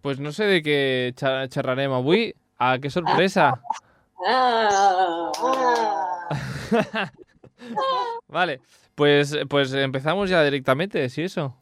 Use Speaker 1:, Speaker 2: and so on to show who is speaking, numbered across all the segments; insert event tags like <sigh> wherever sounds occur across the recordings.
Speaker 1: Pues no sé de qué xar- xerrarem avui. Ah, que sorpresa!
Speaker 2: Ah, ah.
Speaker 1: Vale, pues, pues empezamos ya directamente, si eso.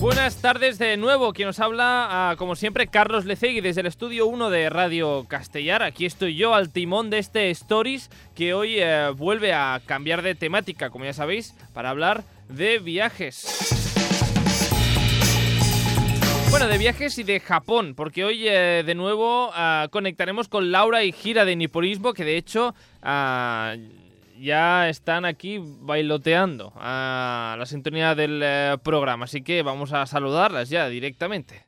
Speaker 1: Buenas tardes de nuevo, quien nos habla, ah, como siempre, Carlos Lecegui desde el estudio 1 de Radio Castellar. Aquí estoy yo al timón de este Stories que hoy eh, vuelve a cambiar de temática, como ya sabéis, para hablar de viajes. Bueno, de viajes y de Japón, porque hoy eh, de nuevo ah, conectaremos con Laura y Gira de Nipolismo, que de hecho ah, ya están aquí bailoteando a la sintonía del eh, programa, así que vamos a saludarlas ya directamente.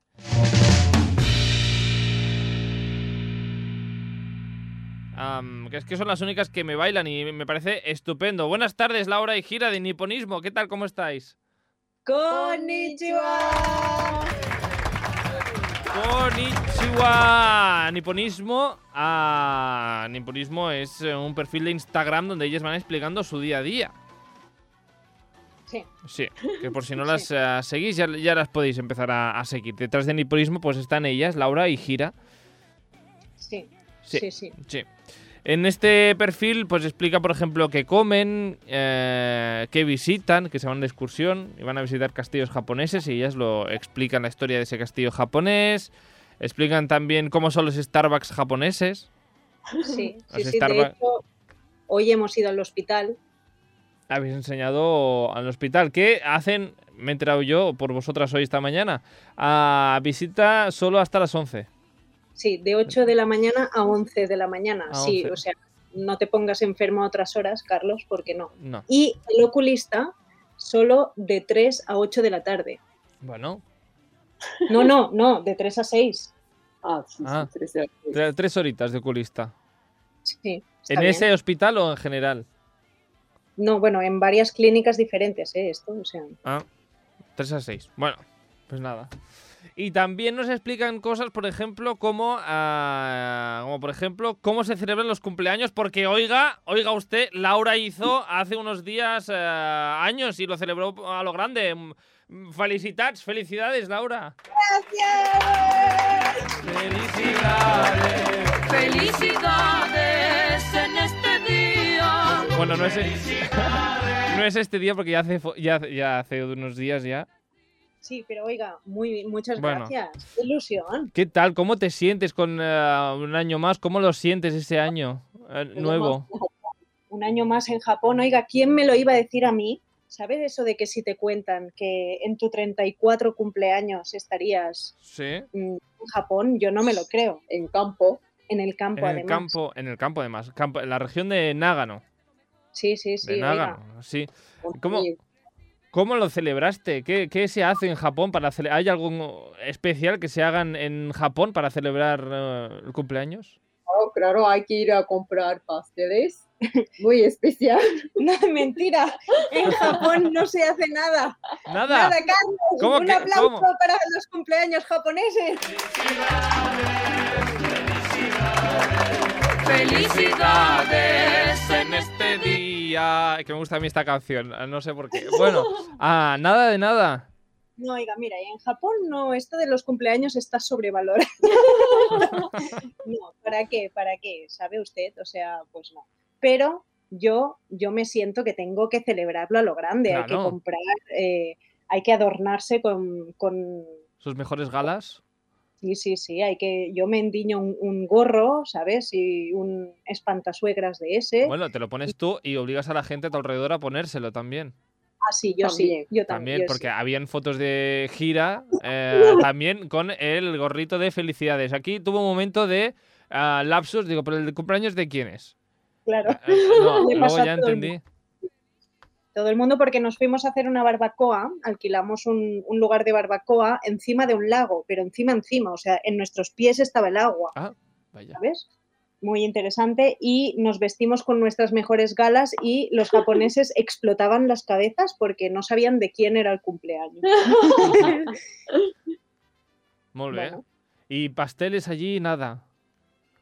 Speaker 1: Am, que es que son las únicas que me bailan y me parece estupendo. Buenas tardes, Laura y Gira de Niponismo, ¿qué tal? ¿Cómo estáis?
Speaker 2: Konnichiwa.
Speaker 1: Konnichiwa. Niponismo. Ah, Niponismo es eh, un perfil de Instagram donde ellas van explicando su día a día.
Speaker 2: Sí.
Speaker 1: Sí, que por si no las eh, seguís, ya, ya las podéis empezar a, a seguir. Detrás de Niponismo, pues están ellas, Laura y Gira.
Speaker 2: Sí,
Speaker 1: Sí.
Speaker 2: sí, sí.
Speaker 1: Sí. En este perfil, pues explica, por ejemplo, qué comen, eh, qué visitan, que se van de excursión y van a visitar castillos japoneses y ellas lo explican la historia de ese castillo japonés. Explican también cómo son los Starbucks japoneses.
Speaker 2: Sí,
Speaker 1: Los
Speaker 2: sí, sí, de
Speaker 1: Starbucks.
Speaker 2: hecho, hoy hemos ido al hospital.
Speaker 1: Habéis enseñado al hospital que hacen, me he enterado yo por vosotras hoy esta mañana, a visita solo hasta las 11.
Speaker 2: Sí, de 8 de la mañana a 11 de la mañana.
Speaker 1: A
Speaker 2: sí,
Speaker 1: 11.
Speaker 2: o sea, no te pongas enfermo a otras horas, Carlos, porque no.
Speaker 1: No.
Speaker 2: Y el oculista solo de 3 a 8 de la tarde.
Speaker 1: Bueno,
Speaker 2: No, no, no, de 3 a 6.
Speaker 3: Ah, sí, sí,
Speaker 1: Ah.
Speaker 3: tres de-
Speaker 1: tre- tres horitas de oculista.
Speaker 2: Sí. está
Speaker 1: ¿En
Speaker 2: bien.
Speaker 1: ese hospital o en general?
Speaker 2: No, bueno, en varias clínicas diferentes, ¿eh? Esto, o sea.
Speaker 1: Ah, 3 a 6. Bueno, pues nada. Y también nos explican cosas, por ejemplo, como, ah, como por ejemplo, cómo se celebran los cumpleaños, porque oiga, oiga usted, Laura hizo hace unos días ah, años y lo celebró a lo grande. Mm, Felicitats, felicidades, Laura. Felicidades.
Speaker 4: Felicidades en este día.
Speaker 1: Bueno, no es, e- <laughs> no es este día porque ya hace, fo- ya, ya hace unos días ya.
Speaker 2: Sí, pero oiga, muy, muchas
Speaker 1: Bueno.
Speaker 2: gracias. Qué ilusión.
Speaker 1: ¿Qué tal? ¿Cómo te sientes con eh, un año más? ¿Cómo lo sientes ese
Speaker 2: Ah,
Speaker 1: año eh, nuevo?
Speaker 2: un año más en Japón. Oiga, ¿quién me lo iba a decir a mí? ¿Sabes eso de que si te cuentan que en tu 34 cumpleaños estarías
Speaker 1: Sí.
Speaker 2: mm, en Japón? Yo no me lo creo.
Speaker 3: En campo.
Speaker 2: En el campo,
Speaker 1: En el
Speaker 2: además.
Speaker 1: campo, en el campo además, campo, en la región de Nágano,
Speaker 2: Sí, sí,
Speaker 1: de
Speaker 2: sí. oiga. <laughs>
Speaker 1: Nágano, sí. ¿Cómo?
Speaker 3: Sí,
Speaker 1: ¿Cómo lo celebraste? ¿Qué, qué se hace en Japón para cele- ¿Hay algún especial que se hagan en Japón para celebrar eh, el cumpleaños?
Speaker 3: Claro, claro, hay que ir a comprar pasteles. <laughs> Muy especial.
Speaker 2: No, mentira. En Japón no se hace nada.
Speaker 1: Nada.
Speaker 2: Nada, Carlos.
Speaker 1: ¿Cómo
Speaker 2: un
Speaker 1: que-
Speaker 2: aplauso
Speaker 1: cómo?
Speaker 2: para los cumpleaños japoneses.
Speaker 4: Felicidades en
Speaker 2: <laughs>
Speaker 4: este día.
Speaker 1: día. Que me gusta a mí esta canción, no sé por qué.
Speaker 2: <laughs>
Speaker 1: Bueno, ah, nada de nada.
Speaker 2: No, oiga, mira, y en Japón no, esto de los cumpleaños está sobrevalorado. <laughs> no, ¿para qué? ¿Para qué? ¿Sabe usted? O sea, pues no. Pero yo, yo me siento que tengo que celebrarlo a lo grande. Hay que
Speaker 1: Claro.
Speaker 2: comprar, eh, hay que adornarse con, con-
Speaker 1: Sus mejores galas.
Speaker 2: Sí, sí, sí, hay que... Yo me endiño un, un gorro, ¿sabes? Y un espantasuegras de ese.
Speaker 1: Bueno, te lo pones tú y obligas a la gente a tu alrededor a ponérselo también.
Speaker 2: ah, sí, yo
Speaker 3: También.
Speaker 2: sí, yo también.
Speaker 1: También,
Speaker 2: yo
Speaker 1: porque
Speaker 2: sí.
Speaker 1: habían fotos de gira, eh,
Speaker 2: <laughs>
Speaker 1: también con el gorrito de felicidades. Aquí tuvo un momento de ah, lapsus, digo, ¿pero el cumpleaños de quién
Speaker 2: <laughs>
Speaker 1: es?
Speaker 2: Claro,
Speaker 1: Ah, ah, no,
Speaker 2: Le
Speaker 1: luego
Speaker 2: pasa a
Speaker 1: ya
Speaker 2: todo el
Speaker 1: entendí.
Speaker 2: todo el mundo porque nos fuimos a hacer una barbacoa, alquilamos un, un lugar de barbacoa encima de un lago, pero encima, encima, o sea, en nuestros pies estaba el agua,
Speaker 1: Vaya.
Speaker 2: ¿sabes? Muy interesante y nos vestimos con nuestras mejores galas y los japoneses
Speaker 1: <laughs>
Speaker 2: explotaban las cabezas porque no sabían
Speaker 1: <laughs>
Speaker 2: de quién era el cumpleaños.
Speaker 1: Muy bien.
Speaker 2: Bueno,
Speaker 1: ¿Y Y pasteles allí, nada.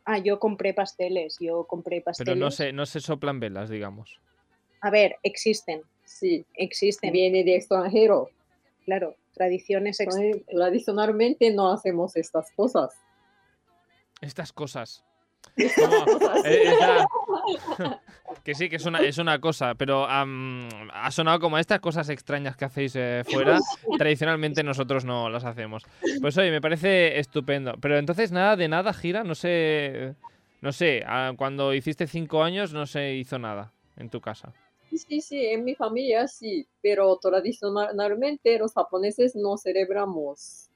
Speaker 2: Ah, yo compré pasteles, yo compré pasteles.
Speaker 1: Pero no se, no se soplan velas, digamos.
Speaker 2: A ver, existen,
Speaker 3: Sí,
Speaker 2: existen,
Speaker 3: viene de extranjero.
Speaker 2: claro, tradiciones ex-
Speaker 3: Entonces, Tradicionalmente no hacemos estas cosas.
Speaker 1: Estas cosas. Como- eh, es la- <laughs> que sí, que es una, es una cosa, pero am, ha sonado como estas cosas extrañas que hacéis eh, fuera. Tradicionalmente nosotros no las hacemos. Pues oye, me parece estupendo. Pero entonces nada de nada gira, no sé. No sé, ah, cuando hiciste cinco años no se hizo nada en tu casa.
Speaker 3: Sí, sí, sí, en mi familia sí, pero tradicionalmente los japoneses no celebramos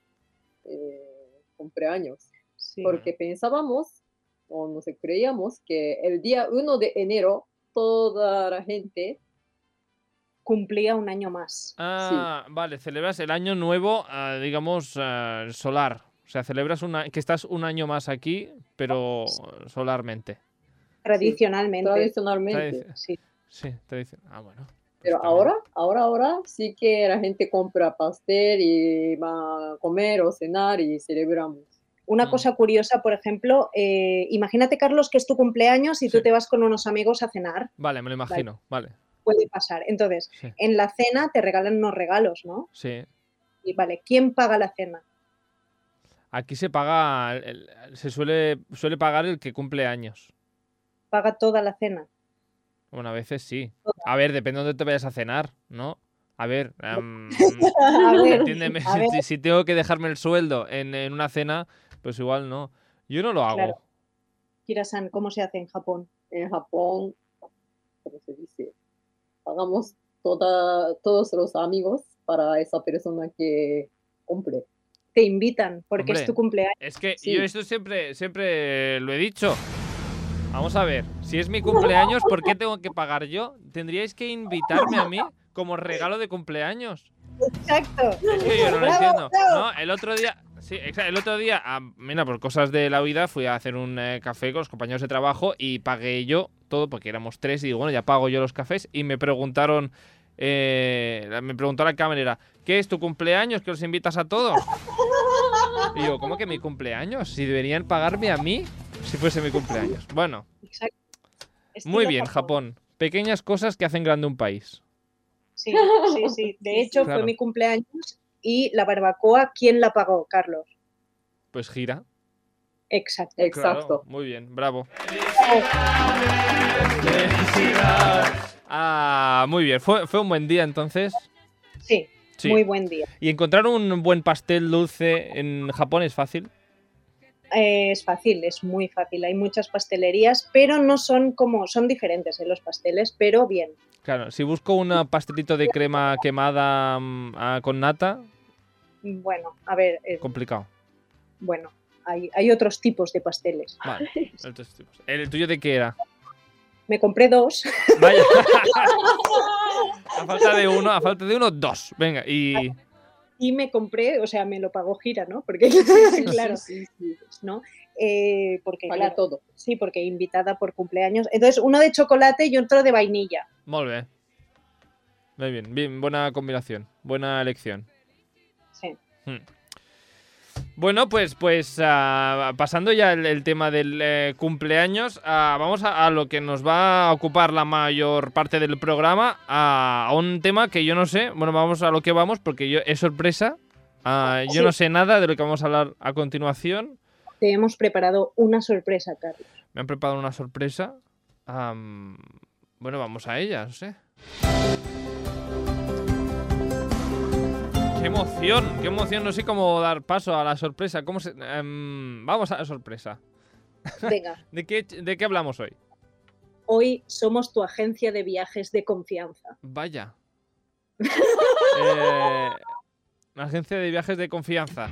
Speaker 3: eh, cumpleaños,
Speaker 2: sí.
Speaker 3: porque pensábamos o no se creíamos que el día 1 de enero toda la gente,
Speaker 2: Cumplía un año más.
Speaker 1: Ah, vale, celebras el año nuevo, ah, digamos, ah, solar. O sea, celebras una, que estás un año más aquí, pero solarmente.
Speaker 2: Tradicionalmente.
Speaker 3: tradicionalmente,
Speaker 1: Tradici-
Speaker 2: Sí.
Speaker 1: Sí, te dicen. Ah, bueno. pues
Speaker 3: pero
Speaker 1: está bien.
Speaker 3: ahora, ahora, ahora sí que la gente compra pastel y va a comer o cenar y celebramos.
Speaker 2: Una
Speaker 1: Mm.
Speaker 2: cosa curiosa, por ejemplo, eh, imagínate, Carlos, que es tu cumpleaños y
Speaker 1: Sí.
Speaker 2: tú te vas con unos amigos a cenar.
Speaker 1: Vale, me lo imagino. Vale.
Speaker 2: Puede pasar. Entonces,
Speaker 1: Sí.
Speaker 2: en la cena te regalan unos regalos, ¿no?
Speaker 1: sí.
Speaker 2: Y vale, ¿quién paga la cena?
Speaker 1: Aquí se paga. el- el- se suele, suele pagar el que cumple años.
Speaker 2: Paga toda la cena.
Speaker 1: Bueno, a veces sí. A ver, depende de dónde te vayas a cenar, ¿no? A ver,
Speaker 2: <laughs>
Speaker 1: am,
Speaker 2: A ver,
Speaker 1: entiéndeme,
Speaker 2: a ver.
Speaker 1: si, si tengo que dejarme el sueldo en, en una cena, pues igual no. Yo no lo hago.
Speaker 2: Claro. Kira-san, ¿cómo se hace en Japón?
Speaker 3: en Japón, ¿cómo se dice? Pagamos toda, todos los amigos para esa persona que cumple.
Speaker 2: Te invitan porque
Speaker 1: Hombre.
Speaker 2: es tu cumpleaños.
Speaker 1: Es que
Speaker 3: Sí.
Speaker 1: yo esto siempre, siempre lo he dicho. Vamos a ver, si es mi cumpleaños, ¿por qué tengo que pagar yo? Tendríais que invitarme a mí como regalo de cumpleaños.
Speaker 2: Exacto.
Speaker 1: Es que yo no lo
Speaker 2: Bravo,
Speaker 1: entiendo.
Speaker 2: bravo.
Speaker 1: No, el otro día, sí, exa- el otro día, ah, mira, por cosas de la vida, fui a hacer un eh, café con los compañeros de trabajo y pagué yo todo porque éramos tres y digo, bueno, ya pago yo los cafés y me preguntaron, eh, la- me preguntó la camarera, ¿qué es tu cumpleaños que os invitas a todos? Y yo, ¿cómo que mi cumpleaños? Si deberían pagarme a mí si fuese mi cumpleaños. Bueno,
Speaker 2: Exacto. Estilo
Speaker 1: muy bien, Japón. Pequeñas cosas que hacen grande un país.
Speaker 2: Sí, <laughs> sí, sí. De hecho,
Speaker 1: Claro.
Speaker 2: fue mi cumpleaños y la barbacoa, ¿quién la pagó, Carlos?
Speaker 1: Pues gira.
Speaker 2: Exacto.
Speaker 1: Ah, Claro,
Speaker 3: Exacto.
Speaker 1: muy bien, bravo. Ah, muy bien. Fue, fue un buen día entonces.
Speaker 2: Sí,
Speaker 1: Sí.
Speaker 2: muy buen día.
Speaker 1: ¿Y encontrar un buen pastel dulce en Japón es fácil?
Speaker 2: Eh, es fácil, es muy fácil. Hay muchas pastelerías, pero no son como, son diferentes en los pasteles, pero bien.
Speaker 1: Claro, si busco un pastelito de crema quemada mm, ah, con nata,
Speaker 2: Bueno, a ver, eh,
Speaker 1: complicado.
Speaker 2: bueno, hay, hay otros tipos de pasteles.
Speaker 1: Vale. Otros tipos. ¿El tuyo de qué era?
Speaker 2: Me compré dos.
Speaker 1: Vaya. <laughs> a falta de uno, a falta de uno, dos. Venga, y.
Speaker 2: y me compré, o sea, me lo pagó Gira, ¿no? Porque,
Speaker 3: <laughs>
Speaker 2: <laughs> claro,
Speaker 3: Sí, sí, sí.
Speaker 2: ¿no? Eh, porque,
Speaker 3: Pagué
Speaker 2: claro,
Speaker 3: todo.
Speaker 2: sí, porque invitada por cumpleaños. Entonces, uno de chocolate y otro de vainilla.
Speaker 1: Muy bien. Muy bien, bien, buena combinación, buena elección.
Speaker 2: Sí.
Speaker 1: Bueno, pues, pues ah, pasando ya el, el tema del eh, cumpleaños, ah, vamos a, a lo que nos va a ocupar la mayor parte del programa, a, a un tema que yo no sé, bueno, vamos a lo que vamos, porque yo es sorpresa, Ah, yo
Speaker 2: Sí.
Speaker 1: no sé nada de lo que vamos a hablar a continuación,
Speaker 2: Te hemos preparado una sorpresa, Carlos.
Speaker 1: me han preparado una sorpresa, Am, bueno, vamos a ella, no sé. ¡Qué emoción! ¡Qué emoción! No sé cómo dar paso a la sorpresa. ¿Cómo se...? em, vamos a la sorpresa.
Speaker 2: Venga,
Speaker 1: ¿De qué, ¿De qué hablamos hoy?
Speaker 2: hoy somos tu agencia de viajes de confianza.
Speaker 1: Vaya. Eh, una agencia de viajes de confianza.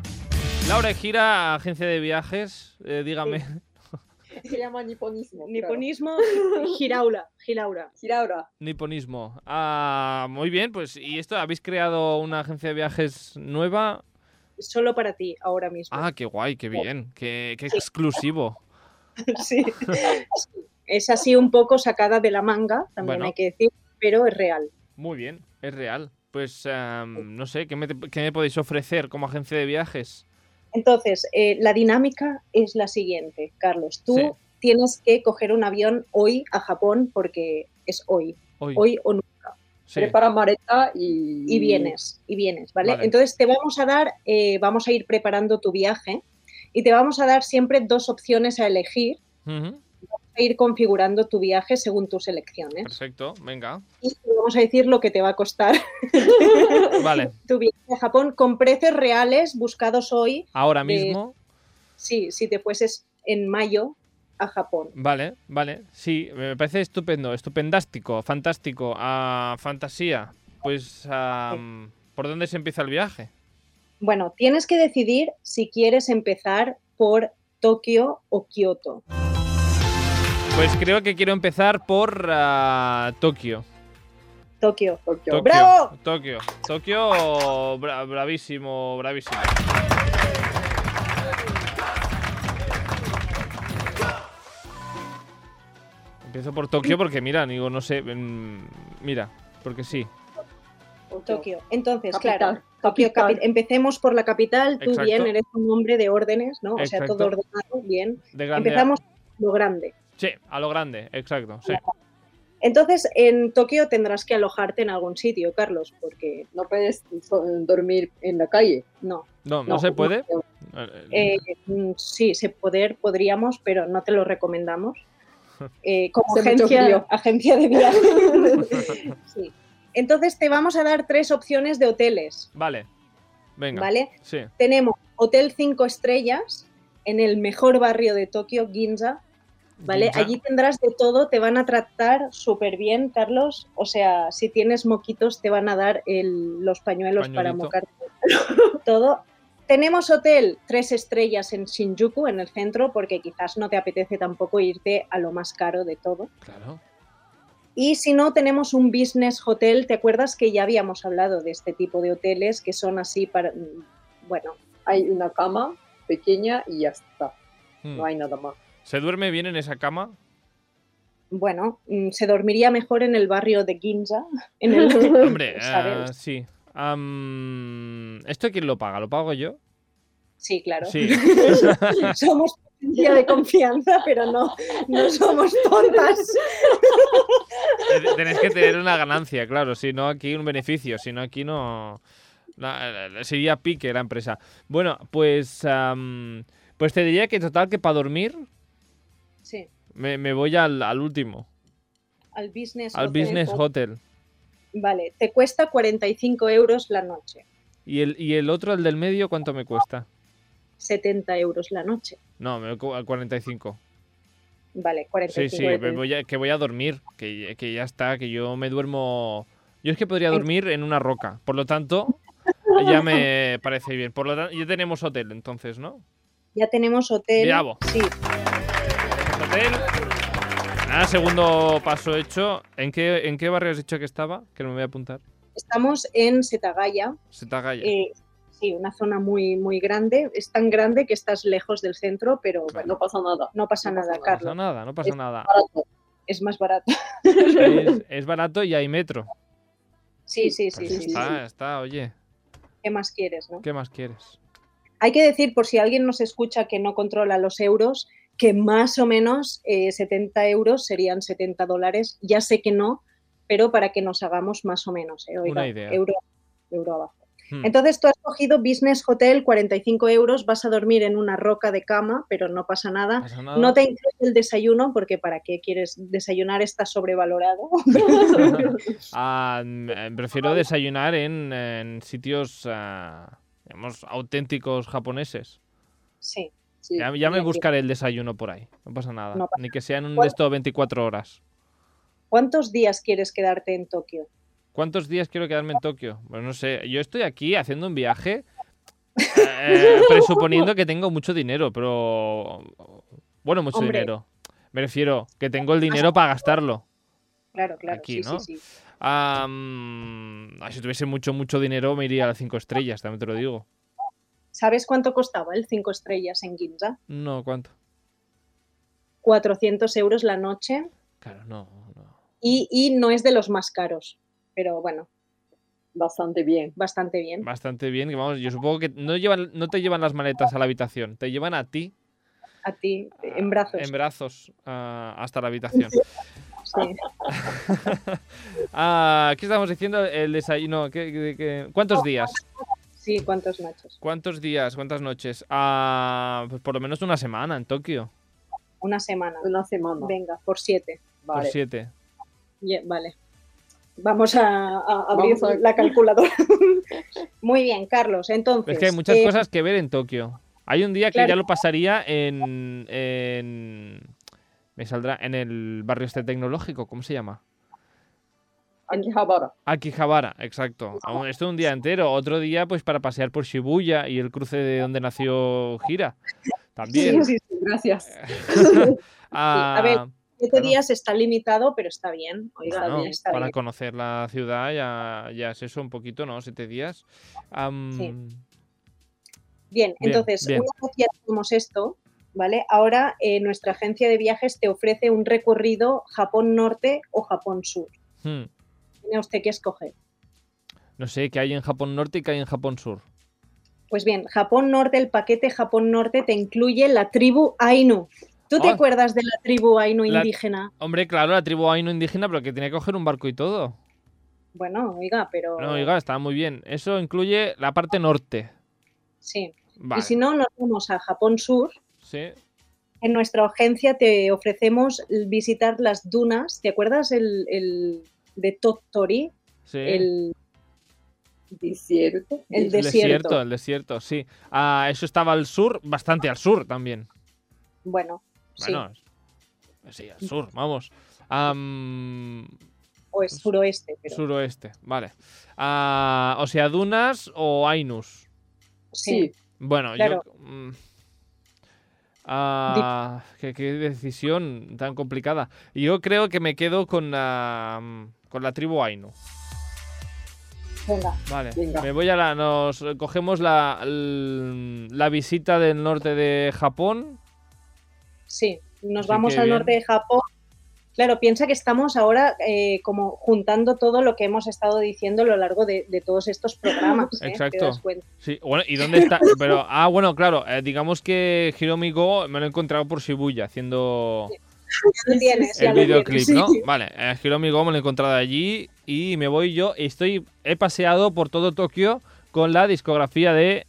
Speaker 1: Laura Gira, agencia de viajes, eh, dígame.
Speaker 3: <laughs> Se llama niponismo.
Speaker 2: Niponismo, giraula, giraura.
Speaker 3: Giraura.
Speaker 1: <laughs> Niponismo. Ah, muy bien, pues, ¿y esto? ¿Habéis creado una agencia de viajes nueva?
Speaker 2: Solo para ti ahora mismo. <laughs>
Speaker 1: Ah, qué guay, qué bien, qué, qué exclusivo.
Speaker 2: Sí. Es así un poco sacada de la manga, también
Speaker 1: Bueno.
Speaker 2: hay que decir, pero es real.
Speaker 1: Muy bien, es real. Pues, em, no sé, ¿qué me, qué me podéis ofrecer como agencia de viajes?
Speaker 2: Entonces, eh, la dinámica es la siguiente, Carlos. Tú
Speaker 1: Sí.
Speaker 2: tienes que coger un avión hoy a Japón porque es hoy,
Speaker 1: Hoy.
Speaker 2: hoy o nunca.
Speaker 1: Sí.
Speaker 3: Prepara maleta y...
Speaker 2: Y vienes, y vienes, ¿vale?
Speaker 1: Mm. Vale.
Speaker 2: Entonces te vamos a dar, eh, vamos a ir preparando tu viaje y te vamos a dar siempre dos opciones a elegir
Speaker 1: Ujú,
Speaker 2: e ir configurando tu viaje según tus elecciones.
Speaker 1: Perfecto, venga.
Speaker 2: Y te vamos a decir lo que te va a costar <laughs>
Speaker 1: Vale,
Speaker 2: tu viaje a Japón con precios reales buscados hoy,
Speaker 1: ahora
Speaker 2: De-
Speaker 1: mismo.
Speaker 2: sí, si te fueses en mayo a Japón.
Speaker 1: Vale, vale. Sí, me parece estupendo, estupendástico, fantástico. ah, fantasía. Pues, ah, ¿por dónde se empieza el viaje?
Speaker 2: Bueno, tienes que decidir si quieres empezar por Tokio o Kioto.
Speaker 1: Pues creo que quiero empezar por ah, Tokio.
Speaker 2: Tokio.
Speaker 3: Tokio.
Speaker 1: Tokio.
Speaker 2: ¡Bravo!
Speaker 1: Tokio. Tokio, bra- bravísimo, bravísimo. Empiezo por Tokio porque, mira, digo, no sé, mm, mira, porque sí.
Speaker 2: Tokio. Entonces,
Speaker 3: Capital,
Speaker 2: claro, Tokio,
Speaker 3: capital.
Speaker 2: capi- empecemos por la capital. Tú
Speaker 1: Exacto.
Speaker 2: bien, eres un hombre de órdenes, ¿no? O sea,
Speaker 1: Exacto.
Speaker 2: todo ordenado, bien.
Speaker 1: De grande. a-
Speaker 2: Empezamos lo grande.
Speaker 1: Sí, a lo grande, exacto. Sí.
Speaker 2: Entonces, en Tokio tendrás que alojarte en algún sitio, Carlos, porque
Speaker 3: No puedes so- dormir en la calle.
Speaker 2: no.
Speaker 1: No, no, se puede. Eh,
Speaker 2: Eh, mm, sí, se poder, podríamos, pero no te
Speaker 1: <laughs>
Speaker 2: lo recomendamos. Eh, como
Speaker 3: Hace mucho
Speaker 2: agencia,
Speaker 3: frío.
Speaker 2: agencia
Speaker 1: <laughs>
Speaker 2: de viaje. Sí. Entonces, te vamos a dar tres opciones de hoteles,
Speaker 1: Vale. Venga.
Speaker 2: ¿vale?
Speaker 1: Sí.
Speaker 2: Tenemos Hotel 5 Estrellas en el mejor barrio de Tokio, Ginza, ¿vale?
Speaker 1: Ginza.
Speaker 2: Allí tendrás de todo, te van a tratar súper bien, Carlos. O sea, si tienes moquitos, te van a dar el- los pañuelos para
Speaker 1: Pañuelito.
Speaker 2: mocarte. <laughs> todo. Tenemos hotel tres estrellas en Shinjuku, en el centro, porque quizás no te apetece tampoco irte a lo más caro de todo.
Speaker 1: Claro.
Speaker 2: Y si no, tenemos un business hotel. ¿Te acuerdas que ya habíamos hablado de este tipo de hoteles que son así para. mm, Bueno,
Speaker 3: Hay una cama pequeña y ya está.
Speaker 1: Mm.
Speaker 3: No hay
Speaker 1: <laughs>
Speaker 3: nada más.
Speaker 1: ¿Se duerme bien en esa cama?
Speaker 2: bueno, mm, se dormiría mejor en el barrio de Ginza.
Speaker 3: <laughs>
Speaker 2: En el,
Speaker 1: Hombre,
Speaker 2: ¿sabes?
Speaker 1: ah, sí. Am, ¿Esto quién lo paga? ¿Lo pago yo?
Speaker 2: Sí, claro.
Speaker 1: Sí.
Speaker 2: <laughs> somos potencia de confianza, pero no, no somos tontas.
Speaker 1: Ten- Tenéis Eh, que tener una ganancia, claro. Si no, aquí un beneficio. Si no, aquí no. la- la- sería pique la empresa. Bueno, pues. am, pues te diría que, total, que para dormir
Speaker 2: Sí,
Speaker 1: me, me voy al, al último,
Speaker 2: al business.
Speaker 1: al
Speaker 2: hotel.
Speaker 1: Business Hotel.
Speaker 2: Vale, te cuesta 45 euros la noche,
Speaker 1: ¿Y el, ¿Y el otro, el del medio, cuánto me cuesta?
Speaker 2: 70 euros la noche.
Speaker 1: No, me cu- al 45.
Speaker 2: Vale,
Speaker 1: Sí,
Speaker 2: 45
Speaker 1: sí,
Speaker 2: euros.
Speaker 1: me voy a- que voy a dormir, que, que ya está, que yo me duermo... Yo es que podría
Speaker 2: En-
Speaker 1: dormir en una roca, por lo tanto, ya me parece bien. Por lo tanto, ya tenemos hotel, entonces, ¿no?
Speaker 2: Ya tenemos hotel.
Speaker 1: Bravo.
Speaker 2: Sí,
Speaker 1: Hotel. Nada, segundo paso hecho. ¿En qué, ¿En qué barrio has dicho que estaba? Que no me voy a apuntar.
Speaker 2: estamos en Setagaya.
Speaker 1: Setagaya.
Speaker 2: eh, sí, una zona muy, muy grande. Es tan grande que estás lejos del centro, pero
Speaker 1: Claro.
Speaker 2: bueno,
Speaker 3: No pasa nada.
Speaker 2: no pasa
Speaker 3: No pasa
Speaker 2: nada,
Speaker 1: no
Speaker 3: nada,
Speaker 1: pasa
Speaker 2: Carlos.
Speaker 1: nada, no pasa nada.
Speaker 3: Barato.
Speaker 2: Es más barato.
Speaker 1: Es, es barato y hay metro.
Speaker 2: Sí, sí, sí,
Speaker 1: Pues
Speaker 2: sí. sí.
Speaker 1: está, está, oye.
Speaker 2: ¿Qué más quieres, no?
Speaker 1: ¿Qué más quieres?
Speaker 2: Hay que decir, por si alguien nos escucha que no controla los euros, que más o menos eh, 70 euros serían 70 dólares. Ya sé que no, pero para que nos hagamos más o menos. eh, oiga,
Speaker 1: Una idea.
Speaker 2: Euro, euro abajo.
Speaker 1: Hmm.
Speaker 2: Entonces tú has cogido Business Hotel, 45 euros, vas a dormir en una roca de cama, pero no pasa
Speaker 1: No
Speaker 2: nada.
Speaker 1: pasa nada.
Speaker 2: No te incluye el desayuno, porque ¿para qué quieres desayunar? Está sobrevalorado. <laughs>
Speaker 1: <laughs> Ah, mm, eh, prefiero desayunar en, en sitios, ah, digamos, auténticos japoneses.
Speaker 2: sí.
Speaker 3: Sí.
Speaker 1: Ya, ya me
Speaker 2: bien,
Speaker 1: buscaré el desayuno por ahí, no pasa nada.
Speaker 2: No pasa
Speaker 1: Ni que sean un de
Speaker 2: Bueno.
Speaker 1: estos 24 horas.
Speaker 2: ¿Cuántos días quieres quedarte en Tokio?
Speaker 1: ¿Cuántos días quiero quedarme en Tokio? Pues no sé, yo estoy aquí haciendo un viaje eh, presuponiendo que tengo mucho dinero, pero... Bueno, mucho
Speaker 2: Hombre.
Speaker 1: dinero. Me refiero que tengo el dinero para gastarlo.
Speaker 2: Claro, claro.
Speaker 1: Aquí,
Speaker 2: sí,
Speaker 1: ¿no?
Speaker 2: sí, sí.
Speaker 1: Ah, mm, ah, si tuviese mucho, mucho dinero me iría a las 5 estrellas, también te lo digo.
Speaker 2: ¿Sabes cuánto costaba el 5 estrellas en Ginza?
Speaker 1: No, ¿cuánto?
Speaker 2: 400 euros la noche
Speaker 1: Claro, no, no.
Speaker 2: y, y no es de los más caros. Pero bueno,
Speaker 3: bastante bien.
Speaker 2: bastante bien.
Speaker 1: Bastante bien, que vamos, yo supongo que no, llevan, no te llevan las maletas a la habitación, te llevan a ti
Speaker 2: A ti, en
Speaker 1: ah,
Speaker 2: brazos.
Speaker 1: En brazos ah, hasta la habitación.
Speaker 2: sí.
Speaker 1: Ah, ¿Qué estábamos diciendo? El desayuno. ¿qué- qué- qué-
Speaker 2: Oh,
Speaker 1: ¿Cuántos días?
Speaker 2: Sí, cuántos machos.
Speaker 1: ¿Cuántos días? ¿Cuántas noches? Ah, pues por lo menos una semana en Tokio.
Speaker 2: Una semana.
Speaker 3: Una semana.
Speaker 2: Venga, por siete.
Speaker 1: Por
Speaker 3: Vale.
Speaker 1: siete.
Speaker 2: Ye- vale. Vamos a, a abrir
Speaker 3: Vamos a-
Speaker 2: la calculadora. <laughs> Muy bien, Carlos. Entonces,
Speaker 1: Es que hay muchas
Speaker 2: eh,
Speaker 1: cosas que ver en Tokio. Hay un día que
Speaker 2: claro.
Speaker 1: ya lo pasaría en, en- Me saldrá en el barrio este tecnológico. ¿Cómo se llama?
Speaker 3: Akihabara.
Speaker 1: Akihabara, exacto. Aún- Esto un día entero. Otro día, pues, para pasear por Shibuya y el cruce de donde nació Gira. También.
Speaker 2: sí, sí, sí.
Speaker 3: Gracias.
Speaker 1: Eh. Ah,
Speaker 2: a ver, siete
Speaker 1: Claro.
Speaker 2: días está limitado, pero está bien. Oiga,
Speaker 1: Bueno,
Speaker 2: bien, está
Speaker 1: Pues para
Speaker 2: bien.
Speaker 1: conocer la ciudad ya, ya es eso un poquito, ¿no? Siete días. Am,
Speaker 2: Sí. Bien,
Speaker 1: Bien,
Speaker 2: entonces,
Speaker 1: bien.
Speaker 2: una vez ya tenemos esto, ¿vale? Ahora eh, nuestra agencia de viajes te ofrece un recorrido Japón Norte o Japón Sur.
Speaker 1: hmm,
Speaker 2: Tiene usted que escoger.
Speaker 1: no sé, ¿qué hay en Japón Norte y qué hay en Japón Sur?
Speaker 2: Pues bien, Japón Norte, el paquete Japón Norte te incluye la tribu Ainu. ¿Tú te
Speaker 1: Ah.
Speaker 2: acuerdas de la tribu Ainu
Speaker 1: La-
Speaker 2: indígena?
Speaker 1: Hombre, claro, la tribu ainu indígena, pero que tenía que coger un barco y todo.
Speaker 2: Bueno, oiga, pero...
Speaker 1: No, oiga, está muy bien. Eso incluye la parte norte.
Speaker 2: Sí.
Speaker 1: Vale.
Speaker 2: Y si no, nos vamos a Japón Sur.
Speaker 1: Sí.
Speaker 2: En nuestra agencia te ofrecemos visitar las dunas. ¿Te acuerdas el, el de Tottori?
Speaker 1: Sí.
Speaker 2: El,
Speaker 3: Desierto.
Speaker 2: El
Speaker 1: El
Speaker 2: desierto.
Speaker 1: el desierto, sí. Ah, eso estaba al sur, bastante al sur también.
Speaker 2: Bueno, sí,
Speaker 1: Bueno, sí, al sur, vamos. Am,
Speaker 2: o
Speaker 1: Pues
Speaker 2: es suroeste, pero
Speaker 1: Suroeste, vale. Ah, o sea, dunas o Ainus.
Speaker 2: sí.
Speaker 3: Sí.
Speaker 1: Bueno,
Speaker 2: Claro.
Speaker 1: yo... mm. Ah, qué, qué decisión tan complicada. Yo creo que me quedo con la, mm, con la tribu Ainu.
Speaker 2: venga,
Speaker 1: Vale,
Speaker 3: Venga.
Speaker 1: me voy a la... Nos cogemos la, l- la visita del norte de Japón.
Speaker 2: sí. Nos
Speaker 1: Así
Speaker 2: vamos
Speaker 1: que
Speaker 2: al
Speaker 1: bien.
Speaker 2: norte de Japón. Claro, piensa que estamos ahora eh, como juntando todo lo que hemos estado diciendo a lo largo de, de todos estos programas. ¿eh? ¿Te
Speaker 1: Exacto.
Speaker 2: das cuenta?
Speaker 1: Sí, bueno, ¿y dónde
Speaker 2: <laughs>
Speaker 1: está? Pero, ah, bueno, claro, eh, digamos que Hiromi Go me lo he encontrado por Shibuya haciendo...
Speaker 2: Ya lo tienes, ya
Speaker 1: el
Speaker 2: lo
Speaker 1: videoclip,
Speaker 2: tienes, sí.
Speaker 1: ¿no? Vale, eh, Hiromi Go me lo he encontrado allí y me voy yo. Estoy, he paseado por todo Tokio con la discografía de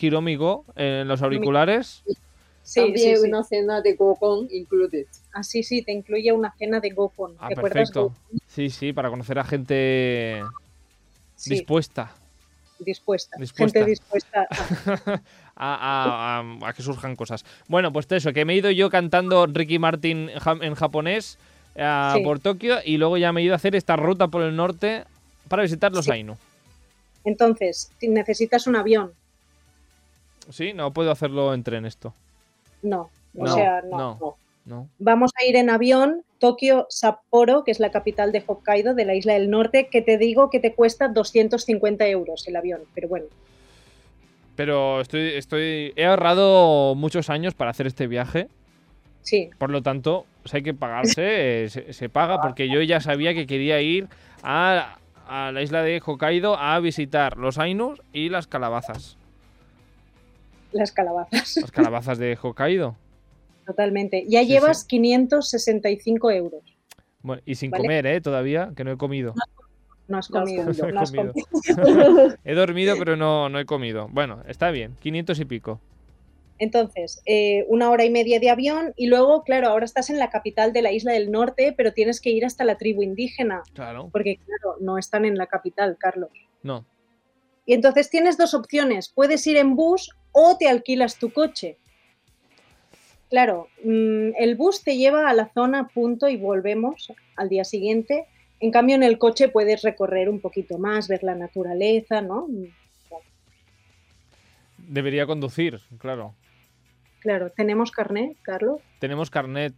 Speaker 1: Hiromi Go en los auriculares.
Speaker 2: Sí, sí,
Speaker 3: También
Speaker 2: sí.
Speaker 3: una cena de Gokon included.
Speaker 2: <laughs> Así sí, te incluye una cena de Gopon.
Speaker 1: Ah,
Speaker 2: ¿Te acuerdas?
Speaker 1: perfecto.
Speaker 2: Gopon?
Speaker 1: Sí, sí, para conocer a gente
Speaker 2: Sí,
Speaker 1: dispuesta <laughs>
Speaker 2: dispuesta.
Speaker 1: Dispuesta.
Speaker 2: Gente dispuesta. Ah, a-
Speaker 1: a, a- a- a que surjan cosas. Bueno, pues eso, que me he ido yo cantando Ricky Martin en ja- en japonés eh,
Speaker 2: Sí.
Speaker 1: por Tokio y luego ya me he ido a hacer esta ruta por el norte para visitar los
Speaker 2: Sí.
Speaker 1: Ainu.
Speaker 2: Entonces, si necesitas un avión.
Speaker 1: Sí, no puedo hacerlo en tren esto.
Speaker 2: No, o
Speaker 1: No,
Speaker 2: sea,
Speaker 1: no.
Speaker 3: no.
Speaker 1: No.
Speaker 2: Vamos a ir en avión Tokio Sapporo, que es la capital de Hokkaido, de la isla del norte, que te digo que te cuesta 250 euros el avión, pero bueno,
Speaker 1: Pero estoy, estoy. He ahorrado muchos años para hacer este viaje.
Speaker 2: sí,
Speaker 1: Por lo tanto, si hay que
Speaker 2: <laughs>
Speaker 1: pagarse, eh, se, se paga. Porque yo ya sabía que quería ir a, a la isla de Hokkaido a visitar los Ainus y las calabazas.
Speaker 2: las calabazas, <laughs>
Speaker 1: Las calabazas de Hokkaido.
Speaker 2: totalmente. Ya
Speaker 1: Sí,
Speaker 2: llevas
Speaker 1: sí.
Speaker 2: 565 euros,
Speaker 1: Bueno, y sin
Speaker 2: Vale.
Speaker 1: comer, ¿eh? Todavía, que no he comido.
Speaker 2: no has
Speaker 3: No has
Speaker 1: <laughs>
Speaker 2: comido,
Speaker 1: comido.
Speaker 2: no has comido.
Speaker 1: <laughs> He dormido, pero no, no he comido. Bueno, está bien. 500 y pico.
Speaker 2: Entonces, eh, una hora y media de avión y luego, claro, ahora estás en la capital de la isla del norte, pero tienes que ir hasta la tribu indígena,
Speaker 1: Claro.
Speaker 2: porque claro, no están en la capital, Carlos.
Speaker 1: No.
Speaker 2: Y entonces tienes dos opciones, puedes ir en bus o te alquilas tu coche. Claro, mm, el bus te lleva a la zona punto y volvemos al día siguiente. En cambio, en el coche puedes recorrer un poquito más, ver la naturaleza, ¿no?
Speaker 1: Debería conducir, claro.
Speaker 2: Claro, tenemos carnet, Carlos.
Speaker 1: Tenemos carnet,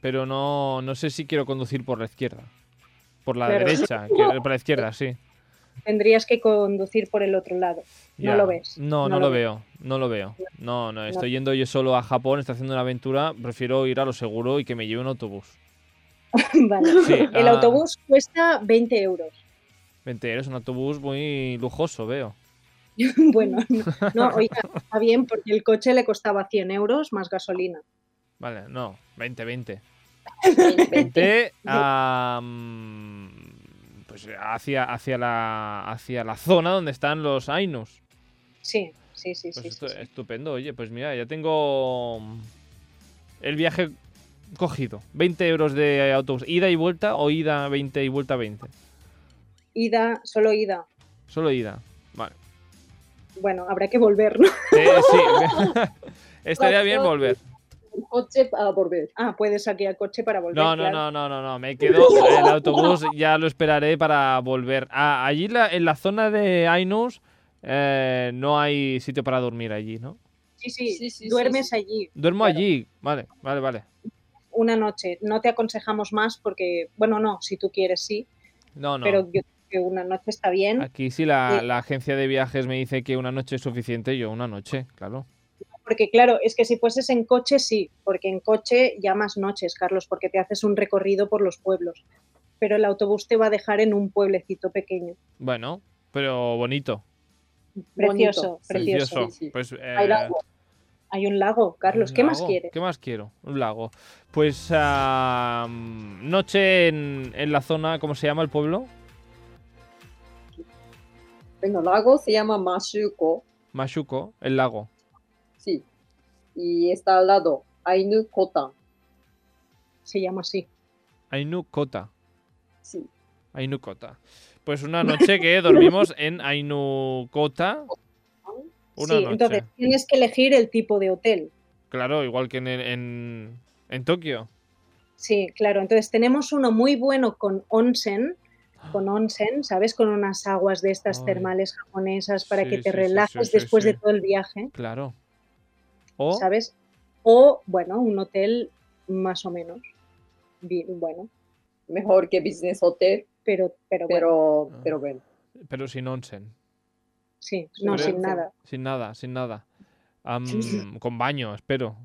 Speaker 1: pero no, no sé si quiero conducir por la izquierda. Por la
Speaker 2: Claro.
Speaker 1: derecha, que- por la izquierda, sí.
Speaker 2: Tendrías que conducir por el otro lado. <laughs> No lo ves,
Speaker 1: No, no,
Speaker 2: no
Speaker 1: lo,
Speaker 2: lo
Speaker 1: veo. No lo veo. No, no, estoy yendo yo solo a Japón, estoy haciendo una aventura. Prefiero ir a lo seguro y que me
Speaker 2: <laughs>
Speaker 1: lleve un autobús.
Speaker 2: vale.
Speaker 1: Sí,
Speaker 2: El
Speaker 1: ah,
Speaker 2: autobús cuesta 20 euros. <laughs>
Speaker 1: 20 euros, un autobús muy lujoso, veo.
Speaker 2: bueno, no,
Speaker 1: <laughs>
Speaker 2: no, oiga, está bien porque el coche le costaba 100 euros más gasolina.
Speaker 1: Vale, no, 20,
Speaker 2: <laughs>
Speaker 1: 20.
Speaker 3: 20.
Speaker 1: 20 a, mm, pues hacia, hacia, la, hacia la zona donde están los Ainos.
Speaker 2: Sí, sí, sí,
Speaker 1: Pues
Speaker 2: sí,
Speaker 1: estu-
Speaker 2: sí, sí.
Speaker 1: estupendo, oye, pues mira, ya tengo mm, el viaje cogido. 20 euros de autobús, ida y vuelta o ida 20 y vuelta 20.
Speaker 2: Ida, solo ida.
Speaker 1: Solo
Speaker 2: <laughs>
Speaker 1: ida. Vale.
Speaker 2: Bueno, habrá que volver, ¿no?
Speaker 1: Eh, sí. <laughs> Estaría bien volver.
Speaker 3: Un coche para volver.
Speaker 2: Ah, puedes saquear coche para volver.
Speaker 1: No, no, no,
Speaker 2: claro.
Speaker 1: no, no, no. Me quedo. El autobús ya lo esperaré para volver. Ah, allí la- en la zona de Ainus eh, no hay sitio para dormir allí, ¿no?
Speaker 2: Sí, sí,
Speaker 3: Sí, sí, sí,
Speaker 2: duermes
Speaker 3: sí.
Speaker 2: allí
Speaker 1: Duermo
Speaker 2: Claro.
Speaker 1: allí. Vale, vale, vale.
Speaker 2: una noche. No te aconsejamos más porque, bueno, no, si tú quieres sí,
Speaker 1: No, no.
Speaker 2: pero yo creo que una noche está bien.
Speaker 1: Aquí si la,
Speaker 2: Sí.
Speaker 1: la agencia de viajes me dice que una noche es suficiente, yo una noche, claro.
Speaker 2: Porque claro, es que si fueses en coche sí, porque en coche ya más noches, Carlos, porque te haces un recorrido por los pueblos. Pero el autobús te va a dejar en un pueblecito pequeño.
Speaker 1: Bueno, pero bonito.
Speaker 2: Precioso,
Speaker 3: Bonito. Sí,
Speaker 2: precioso.
Speaker 1: Precioso.
Speaker 3: sí, sí.
Speaker 1: Pues, eh,
Speaker 3: Hay lago.
Speaker 2: Hay un lago, Carlos,
Speaker 1: un
Speaker 2: ¿qué más
Speaker 1: lago.
Speaker 2: quieres?
Speaker 1: ¿Qué más quiero? Un lago. Pues ah, noche en, en la zona, ¿cómo se llama el pueblo?
Speaker 3: Bueno, lago se llama Mashuko.
Speaker 1: Mashuko, el lago.
Speaker 3: Sí. Y está al lado. Ainu Kotan.
Speaker 2: Se llama así.
Speaker 1: Ainu Kota.
Speaker 3: Sí.
Speaker 1: Ainu Kota. Pues una noche
Speaker 2: <laughs>
Speaker 1: que dormimos en Ainu Kota. Una
Speaker 2: sí,
Speaker 1: noche.
Speaker 2: entonces tienes que elegir el tipo de hotel.
Speaker 1: Claro, igual que en, el- en, en Tokio.
Speaker 2: Sí, claro. Entonces tenemos uno muy bueno con onsen, con onsen, ¿sabes? Con unas aguas de estas
Speaker 1: Ah. Ay.
Speaker 2: termales japonesas para
Speaker 1: Sí,
Speaker 2: que te
Speaker 1: sí, sí,
Speaker 2: relajes
Speaker 1: sí, sí,
Speaker 2: después
Speaker 1: sí.
Speaker 2: de todo el viaje,
Speaker 1: Claro. O
Speaker 2: ¿sabes? O, bueno, un hotel más o menos. bi- Bueno,
Speaker 3: Mejor que Business Hotel,
Speaker 2: pero, pero bueno,
Speaker 3: pero,
Speaker 1: Ah.
Speaker 3: pero bueno.
Speaker 1: pero sin onsen.
Speaker 2: sí, no,
Speaker 1: pero-
Speaker 2: sin nada.
Speaker 1: Sin nada, sin nada. Am,
Speaker 2: Sí, sí.
Speaker 1: Con baño, espero.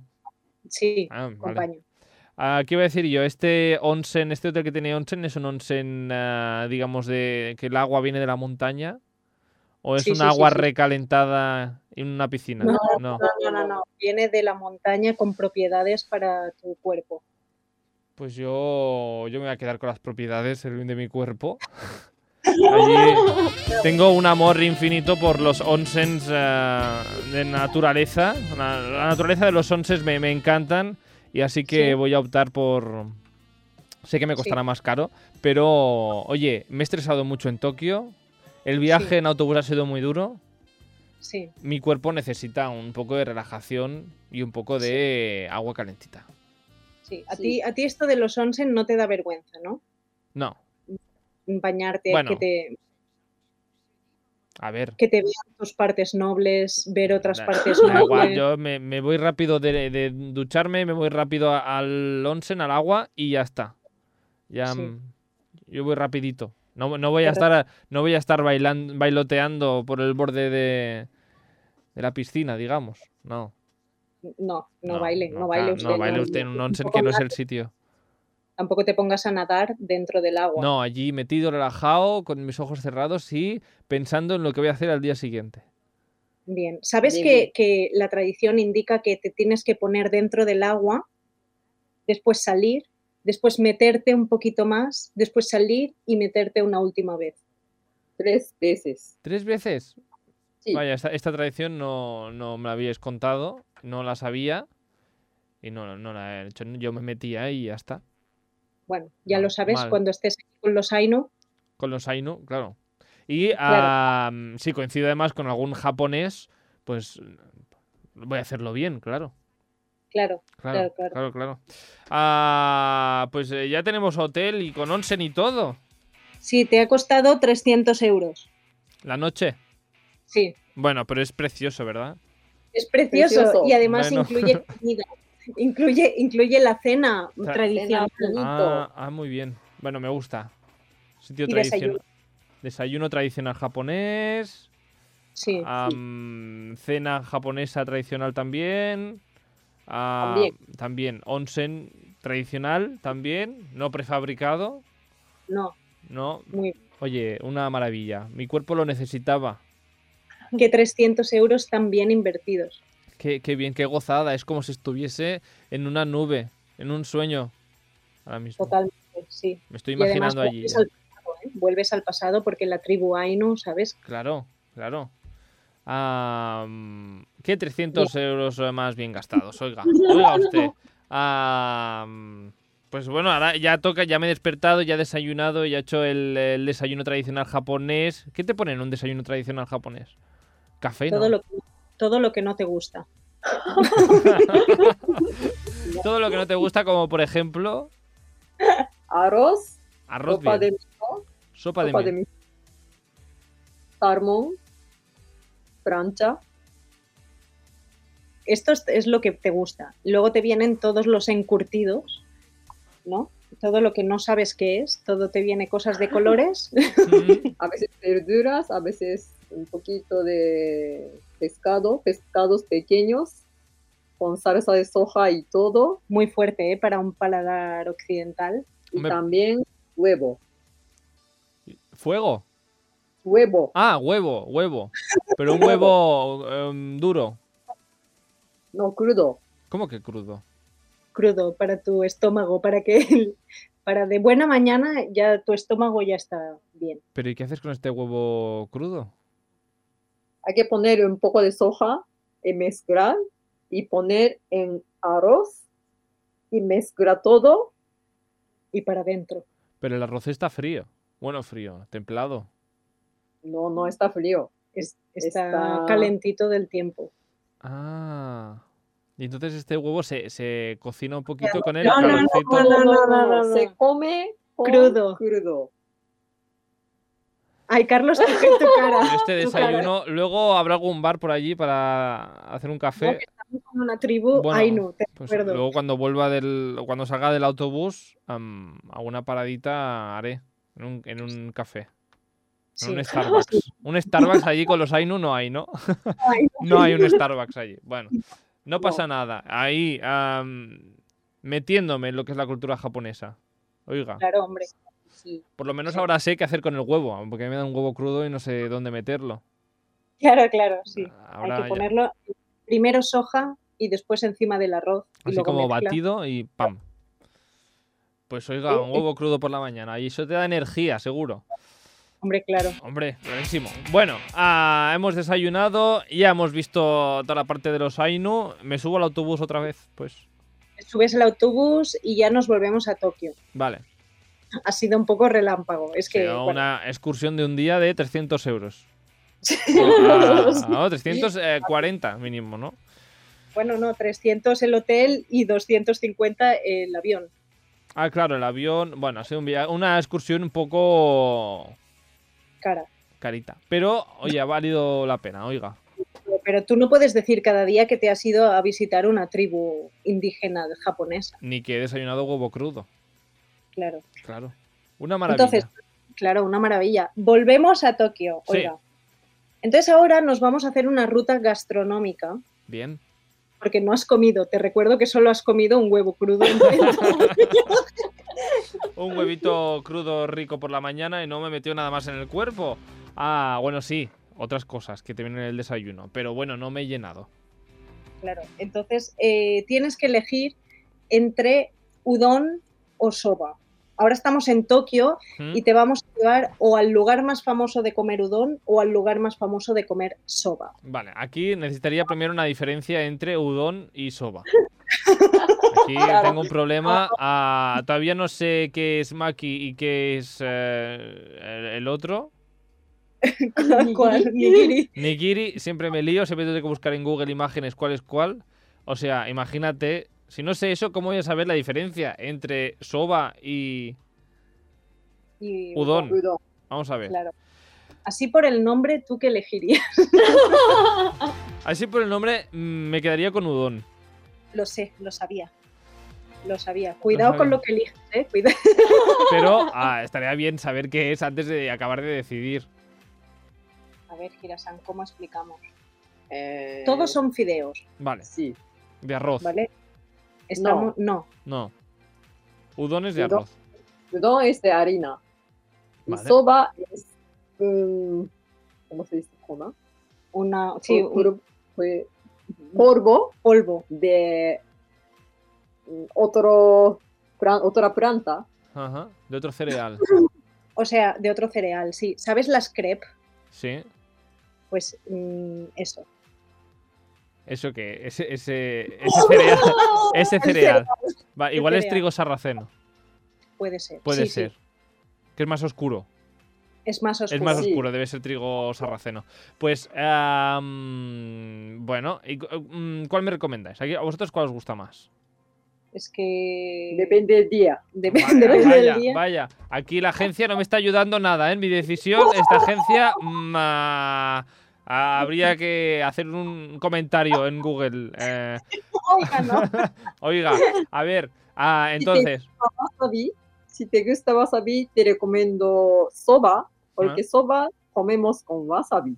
Speaker 2: Sí,
Speaker 1: Ah,
Speaker 2: con
Speaker 1: vale.
Speaker 2: baño.
Speaker 1: Ah, ¿Qué iba a decir yo? Este onsen, este hotel que tiene onsen, ¿es un onsen, ah, digamos, de que el agua viene de la montaña? ¿O es
Speaker 2: Sí,
Speaker 1: un
Speaker 2: sí, sí,
Speaker 1: agua
Speaker 2: sí.
Speaker 1: recalentada en una piscina?
Speaker 2: No,
Speaker 1: No.
Speaker 2: No, no, no, no. Viene de la montaña con propiedades para tu cuerpo.
Speaker 1: Pues yo, yo me voy a quedar con las propiedades el bien de mi
Speaker 2: <laughs>
Speaker 1: cuerpo. Allí tengo un amor infinito por los onsens ah, de naturaleza. La, la naturaleza de los onsens me, me encantan y así que
Speaker 2: Sí.
Speaker 1: voy a optar por... Sé que me
Speaker 2: Sí.
Speaker 1: costará más caro, pero oye, me he estresado mucho en Tokio. El viaje
Speaker 2: Sí.
Speaker 1: en autobús ha sido muy duro.
Speaker 2: Sí,
Speaker 1: Mi cuerpo necesita un poco de relajación y un poco de agua calentita.
Speaker 2: sí. A,
Speaker 3: Sí.
Speaker 2: Ti, a ti esto de los onsen no te da vergüenza, ¿no?
Speaker 1: No,
Speaker 2: bañarte,
Speaker 1: Bueno.
Speaker 2: que, te,
Speaker 1: a ver.
Speaker 2: que te vean tus partes nobles, ver otras
Speaker 1: Da-
Speaker 2: partes <laughs>
Speaker 1: da
Speaker 2: nobles.
Speaker 1: igual, yo me, me voy rápido de, de ducharme, me voy rápido a- al onsen, al agua y ya está. Ya,
Speaker 2: Sí.
Speaker 1: mm, Yo voy rapidito. No, no voy a
Speaker 2: Pero-
Speaker 1: estar no voy a estar bailando, bailoteando por el borde de, de la piscina, digamos. No.
Speaker 2: No, no, baile, no, baile
Speaker 1: claro,
Speaker 2: usted.
Speaker 1: No baile usted en un onsen que no es el sitio.
Speaker 2: Tampoco te pongas a nadar dentro del agua.
Speaker 1: No, allí metido, relajado, con mis ojos cerrados y pensando en lo que voy a hacer al día siguiente.
Speaker 2: Bien. ¿Sabes
Speaker 3: Bien,
Speaker 2: que,
Speaker 3: bien.
Speaker 2: que la tradición indica que te tienes que poner dentro del agua, después salir, después meterte un poquito más, después salir y meterte una última vez?
Speaker 3: Tres veces.
Speaker 1: ¿Tres veces?
Speaker 3: Sí.
Speaker 1: Vaya, esta, esta tradición no, no me la habíais contado, no la sabía y no, no la he hecho. Yo me metía y ya está.
Speaker 2: Bueno, ya
Speaker 1: Mal,
Speaker 2: lo sabes,
Speaker 1: mal.
Speaker 2: cuando estés aquí con los Ainu,
Speaker 1: Con los Ainu, claro. Y
Speaker 2: Claro.
Speaker 1: ah, si coincido además con algún japonés, pues voy a hacerlo bien, claro.
Speaker 2: claro,
Speaker 1: Claro, claro,
Speaker 2: Claro,
Speaker 1: claro. Ah, pues eh, ya tenemos hotel y con onsen y todo.
Speaker 2: sí, te ha costado 300 euros.
Speaker 1: La noche.
Speaker 2: Sí,
Speaker 1: Bueno, pero es precioso, ¿verdad?
Speaker 2: Es precioso,
Speaker 3: Precioso.
Speaker 2: y además
Speaker 1: Bueno.
Speaker 2: incluye comida. Incluye, incluye la cena
Speaker 1: Tra-
Speaker 2: tradicional.
Speaker 3: Cena. Bonito.
Speaker 1: Ah, ah, muy bien. Bueno, me gusta. Sitio
Speaker 2: Y
Speaker 1: tradicional. Desayuno tradicional japonés.
Speaker 2: Sí,
Speaker 1: Ah. am, Cena japonesa tradicional también. ah, también. Onsen tradicional también. No prefabricado.
Speaker 2: no,
Speaker 1: No.
Speaker 2: muy bien.
Speaker 1: Oye, una maravilla. Mi cuerpo lo necesitaba.
Speaker 2: que 300 euros tan bien invertidos.
Speaker 1: Qué, qué bien, qué gozada. Es como si estuviese en una nube, en un sueño. Ahora mismo.
Speaker 2: Totalmente, sí.
Speaker 1: Me estoy
Speaker 2: Y además
Speaker 1: imaginando allí.
Speaker 2: vuelves
Speaker 1: ya.
Speaker 2: al pasado, ¿eh? Vuelves al pasado porque la tribu Ainu, ¿sabes?
Speaker 1: Claro, claro. Ah, mm, ¿Qué 300 euros más bien gastados? Oiga, oiga usted. Ah, mm, pues bueno, ahora ya toca, ya me he despertado, ya he desayunado, ya he hecho el, el desayuno tradicional japonés. ¿Qué te ponen en un desayuno tradicional japonés? Café, ¿no?
Speaker 2: Todo, lo que, todo lo que no te gusta.
Speaker 1: <laughs> Todo lo que no te gusta, como por ejemplo
Speaker 3: Arroz,
Speaker 1: arroz
Speaker 3: sopa de
Speaker 1: bien,
Speaker 3: miso,
Speaker 1: sopa de
Speaker 3: sopa de
Speaker 1: miel,
Speaker 3: miso, salmón, plancha,
Speaker 2: Esto es, es lo que te gusta. Luego te vienen todos los encurtidos, ¿no? Todo lo que no sabes qué es, todo te viene cosas de colores. <laughs>
Speaker 1: Mm,
Speaker 3: a veces verduras, a veces un poquito de pescado, pescados pequeños, con salsa de soja y todo,
Speaker 2: Muy fuerte, ¿eh? Para un paladar occidental.
Speaker 3: y
Speaker 1: Hombre.
Speaker 3: también huevo,
Speaker 1: Fuego.
Speaker 3: huevo,
Speaker 1: Ah, huevo, huevo. Pero un huevo em, duro.
Speaker 3: no crudo,
Speaker 1: ¿Cómo que crudo?
Speaker 2: Crudo para tu estómago, para que... Para de buena mañana ya tu estómago ya está bien.
Speaker 1: ¿Pero y qué haces con este huevo crudo?
Speaker 3: hay que poner un poco de soja y mezclar y poner en arroz y mezclar todo
Speaker 2: Y para adentro.
Speaker 1: Pero el arroz está frío. Bueno, frío, templado.
Speaker 3: no no está frío
Speaker 2: Es- está,
Speaker 3: Está-
Speaker 2: calentito del tiempo.
Speaker 1: Ah. Y entonces este huevo se, se cocina un poquito con el
Speaker 2: no, no, no,
Speaker 1: calorcito.
Speaker 2: no, no.
Speaker 3: se come con
Speaker 2: Crudo.
Speaker 3: crudo
Speaker 2: Ay, Carlos, tu, tu cara.
Speaker 1: <laughs> Pero Este
Speaker 2: tu cara.
Speaker 1: desayuno, luego habrá algún bar por allí para hacer un café.
Speaker 2: Con una tribu
Speaker 1: Bueno,
Speaker 2: Ainu, te
Speaker 1: Pues
Speaker 2: acuerdo.
Speaker 1: luego cuando vuelva del, o cuando salga del autobús, am, alguna paradita haré en un, en un café, en
Speaker 2: Sí. <laughs>
Speaker 1: un Starbucks. Un Starbucks allí con los Ainu no hay, ¿no?
Speaker 2: Ay,
Speaker 1: <laughs> No hay un Starbucks allí.
Speaker 2: <laughs>
Speaker 1: Bueno, no
Speaker 3: No.
Speaker 1: pasa nada. Ahí, am, metiéndome en lo que es la cultura japonesa. Oiga,
Speaker 2: Claro, hombre. Sí.
Speaker 1: por lo menos ahora sé qué hacer con el huevo, porque me da un huevo crudo y no sé dónde meterlo.
Speaker 2: Claro, claro, sí.
Speaker 1: Ahora
Speaker 2: Hay
Speaker 1: ya.
Speaker 2: que ponerlo primero soja y después encima del arroz. y
Speaker 1: Así
Speaker 2: luego
Speaker 1: como
Speaker 2: mezcla.
Speaker 1: batido y pam. Pues oiga, un huevo crudo por la mañana. Y eso te da energía, seguro.
Speaker 2: Hombre, claro.
Speaker 1: Hombre, buenísimo. Bueno, ah, hemos desayunado, ya hemos visto toda la parte de los Ainu. Me subo al autobús otra vez, pues.
Speaker 2: Subes el autobús y ya nos volvemos a Tokio.
Speaker 1: Vale.
Speaker 2: Ha sido un poco relámpago. Es que
Speaker 1: Será
Speaker 2: bueno,
Speaker 1: una excursión de un día de 300 euros. Ah, <laughs> no, 340 mínimo, ¿no?
Speaker 2: bueno, no, 300 el hotel y 250 el avión.
Speaker 1: Ah, claro, el avión. Bueno, ha sido un via- una excursión un poco
Speaker 2: Cara.
Speaker 1: carita. Pero, oye, ha valido la pena, oiga.
Speaker 2: Pero tú no puedes decir cada día que te has ido a visitar una tribu indígena japonesa,
Speaker 1: Ni que he desayunado huevo crudo.
Speaker 2: claro.
Speaker 1: Claro. Una maravilla.
Speaker 2: Entonces, claro, una maravilla. Volvemos a Tokio,
Speaker 1: Sí.
Speaker 2: oiga. Entonces ahora nos vamos a hacer una ruta gastronómica,
Speaker 1: Bien.
Speaker 2: porque no has comido. Te recuerdo que solo has comido un
Speaker 1: <laughs>
Speaker 2: huevo crudo. <laughs>
Speaker 1: Un huevito crudo rico por la mañana y no me metió nada más en el cuerpo. Ah, bueno, sí. Otras cosas que te vienen en el desayuno. Pero bueno, no me he llenado.
Speaker 2: claro. Entonces eh, tienes que elegir entre udon o soba. Ahora estamos en Tokio
Speaker 1: ¿Mm?
Speaker 2: y te vamos a llevar o al lugar más famoso de comer udon o al lugar más famoso de comer soba. <laughs>
Speaker 1: Vale, aquí necesitaría primero una diferencia entre udon y soba. Aquí tengo un problema. ah, todavía no sé qué es maki y qué es eh, el- el otro.
Speaker 2: ¿Cuál? Nigiri.
Speaker 1: Nigiri, siempre me lío, siempre tengo que buscar en Google imágenes cuál es cuál. O sea, imagínate, si no sé eso, ¿cómo voy a saber la diferencia entre soba y
Speaker 2: Y-
Speaker 1: <laughs> udon?
Speaker 3: crudo
Speaker 1: Vamos a ver.
Speaker 2: Claro. Así por el nombre, ¿tú qué elegirías? <laughs>
Speaker 1: Así por el nombre mm, me quedaría con udon.
Speaker 2: Lo sé, lo sabía. Lo sabía. Cuidado con
Speaker 1: sabía.
Speaker 2: lo que eliges, ¿eh? Cuidado.
Speaker 1: Pero ah, estaría bien saber qué es antes de acabar de decidir.
Speaker 2: <laughs> A ver, Kirasan, ¿cómo explicamos?
Speaker 3: Eh,
Speaker 2: Todos son fideos,
Speaker 1: Vale,
Speaker 3: sí
Speaker 1: de arroz.
Speaker 2: ¿vale? Estamos, no.
Speaker 1: No. Udon es de
Speaker 3: Udon.
Speaker 1: arroz.
Speaker 3: crudo es de Este, harina Y
Speaker 1: Vale.
Speaker 3: soba es un, ¿cómo se dice? ¿Cona?
Speaker 2: Una, sí,
Speaker 3: Pol-
Speaker 2: un
Speaker 3: pol- fue- polvo
Speaker 2: polvo.
Speaker 3: de mm, otro, plan- otra planta.
Speaker 1: Ajá. De otro cereal. <laughs>
Speaker 2: O sea, de otro cereal, sí. ¿Sabes las crepes?
Speaker 1: Sí.
Speaker 2: Pues mm, eso.
Speaker 1: ¿Eso qué? Ese, ese, ese
Speaker 2: <laughs>
Speaker 1: cereal. Ese cereal. Va,
Speaker 2: Ese
Speaker 1: igual es
Speaker 2: cereal.
Speaker 1: trigo sarraceno.
Speaker 2: Puede ser.
Speaker 1: Puede
Speaker 2: Sí, sí,
Speaker 1: ser. Que es más oscuro.
Speaker 2: Es más oscuro.
Speaker 1: Es más
Speaker 3: Sí.
Speaker 1: oscuro, debe ser trigo sarraceno. Pues, ah, mm, bueno, y cu- mm, ¿cuál me recomendáis? Aquí, ¿A vosotros cuál os gusta más?
Speaker 2: Es que.
Speaker 3: Depende del día.
Speaker 2: Dep-
Speaker 1: Vaya,
Speaker 2: depende
Speaker 1: vaya,
Speaker 2: del día.
Speaker 1: vaya. Aquí la agencia no me está ayudando nada ¿eh? en mi decisión. Esta agencia mm, ah, ah, habría que hacer un comentario en Google. eh,
Speaker 2: Oiga,
Speaker 1: <laughs>
Speaker 2: no.
Speaker 1: oiga, a ver, ah, entonces,
Speaker 3: Wasabi, si te gusta wasabi, te recomiendo soba, porque soba comemos con wasabi.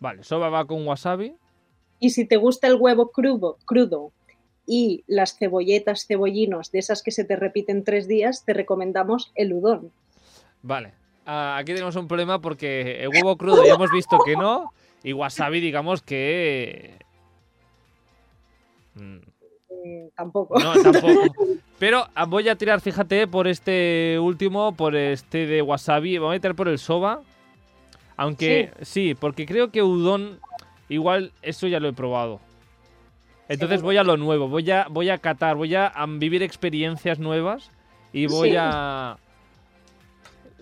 Speaker 1: vale, soba va con wasabi.
Speaker 2: Y si te gusta el huevo crudo, crudo y las cebolletas, cebollinos, de esas que se te repiten tres días, te recomendamos el udón.
Speaker 1: Vale. Ah, aquí tenemos un problema porque el huevo crudo ya hemos visto que no. Y wasabi, digamos que. Mm,
Speaker 2: Mm, tampoco.
Speaker 1: No, tampoco. Pero ah, voy a tirar, fíjate, por este último, por este de wasabi. Voy a tirar por el soba. Aunque sí, porque creo que udon, igual eso ya lo he probado. Entonces
Speaker 2: Seguro.
Speaker 1: voy a lo nuevo, voy a, voy a catar, voy a am, vivir experiencias nuevas y voy
Speaker 2: Sí.
Speaker 1: a...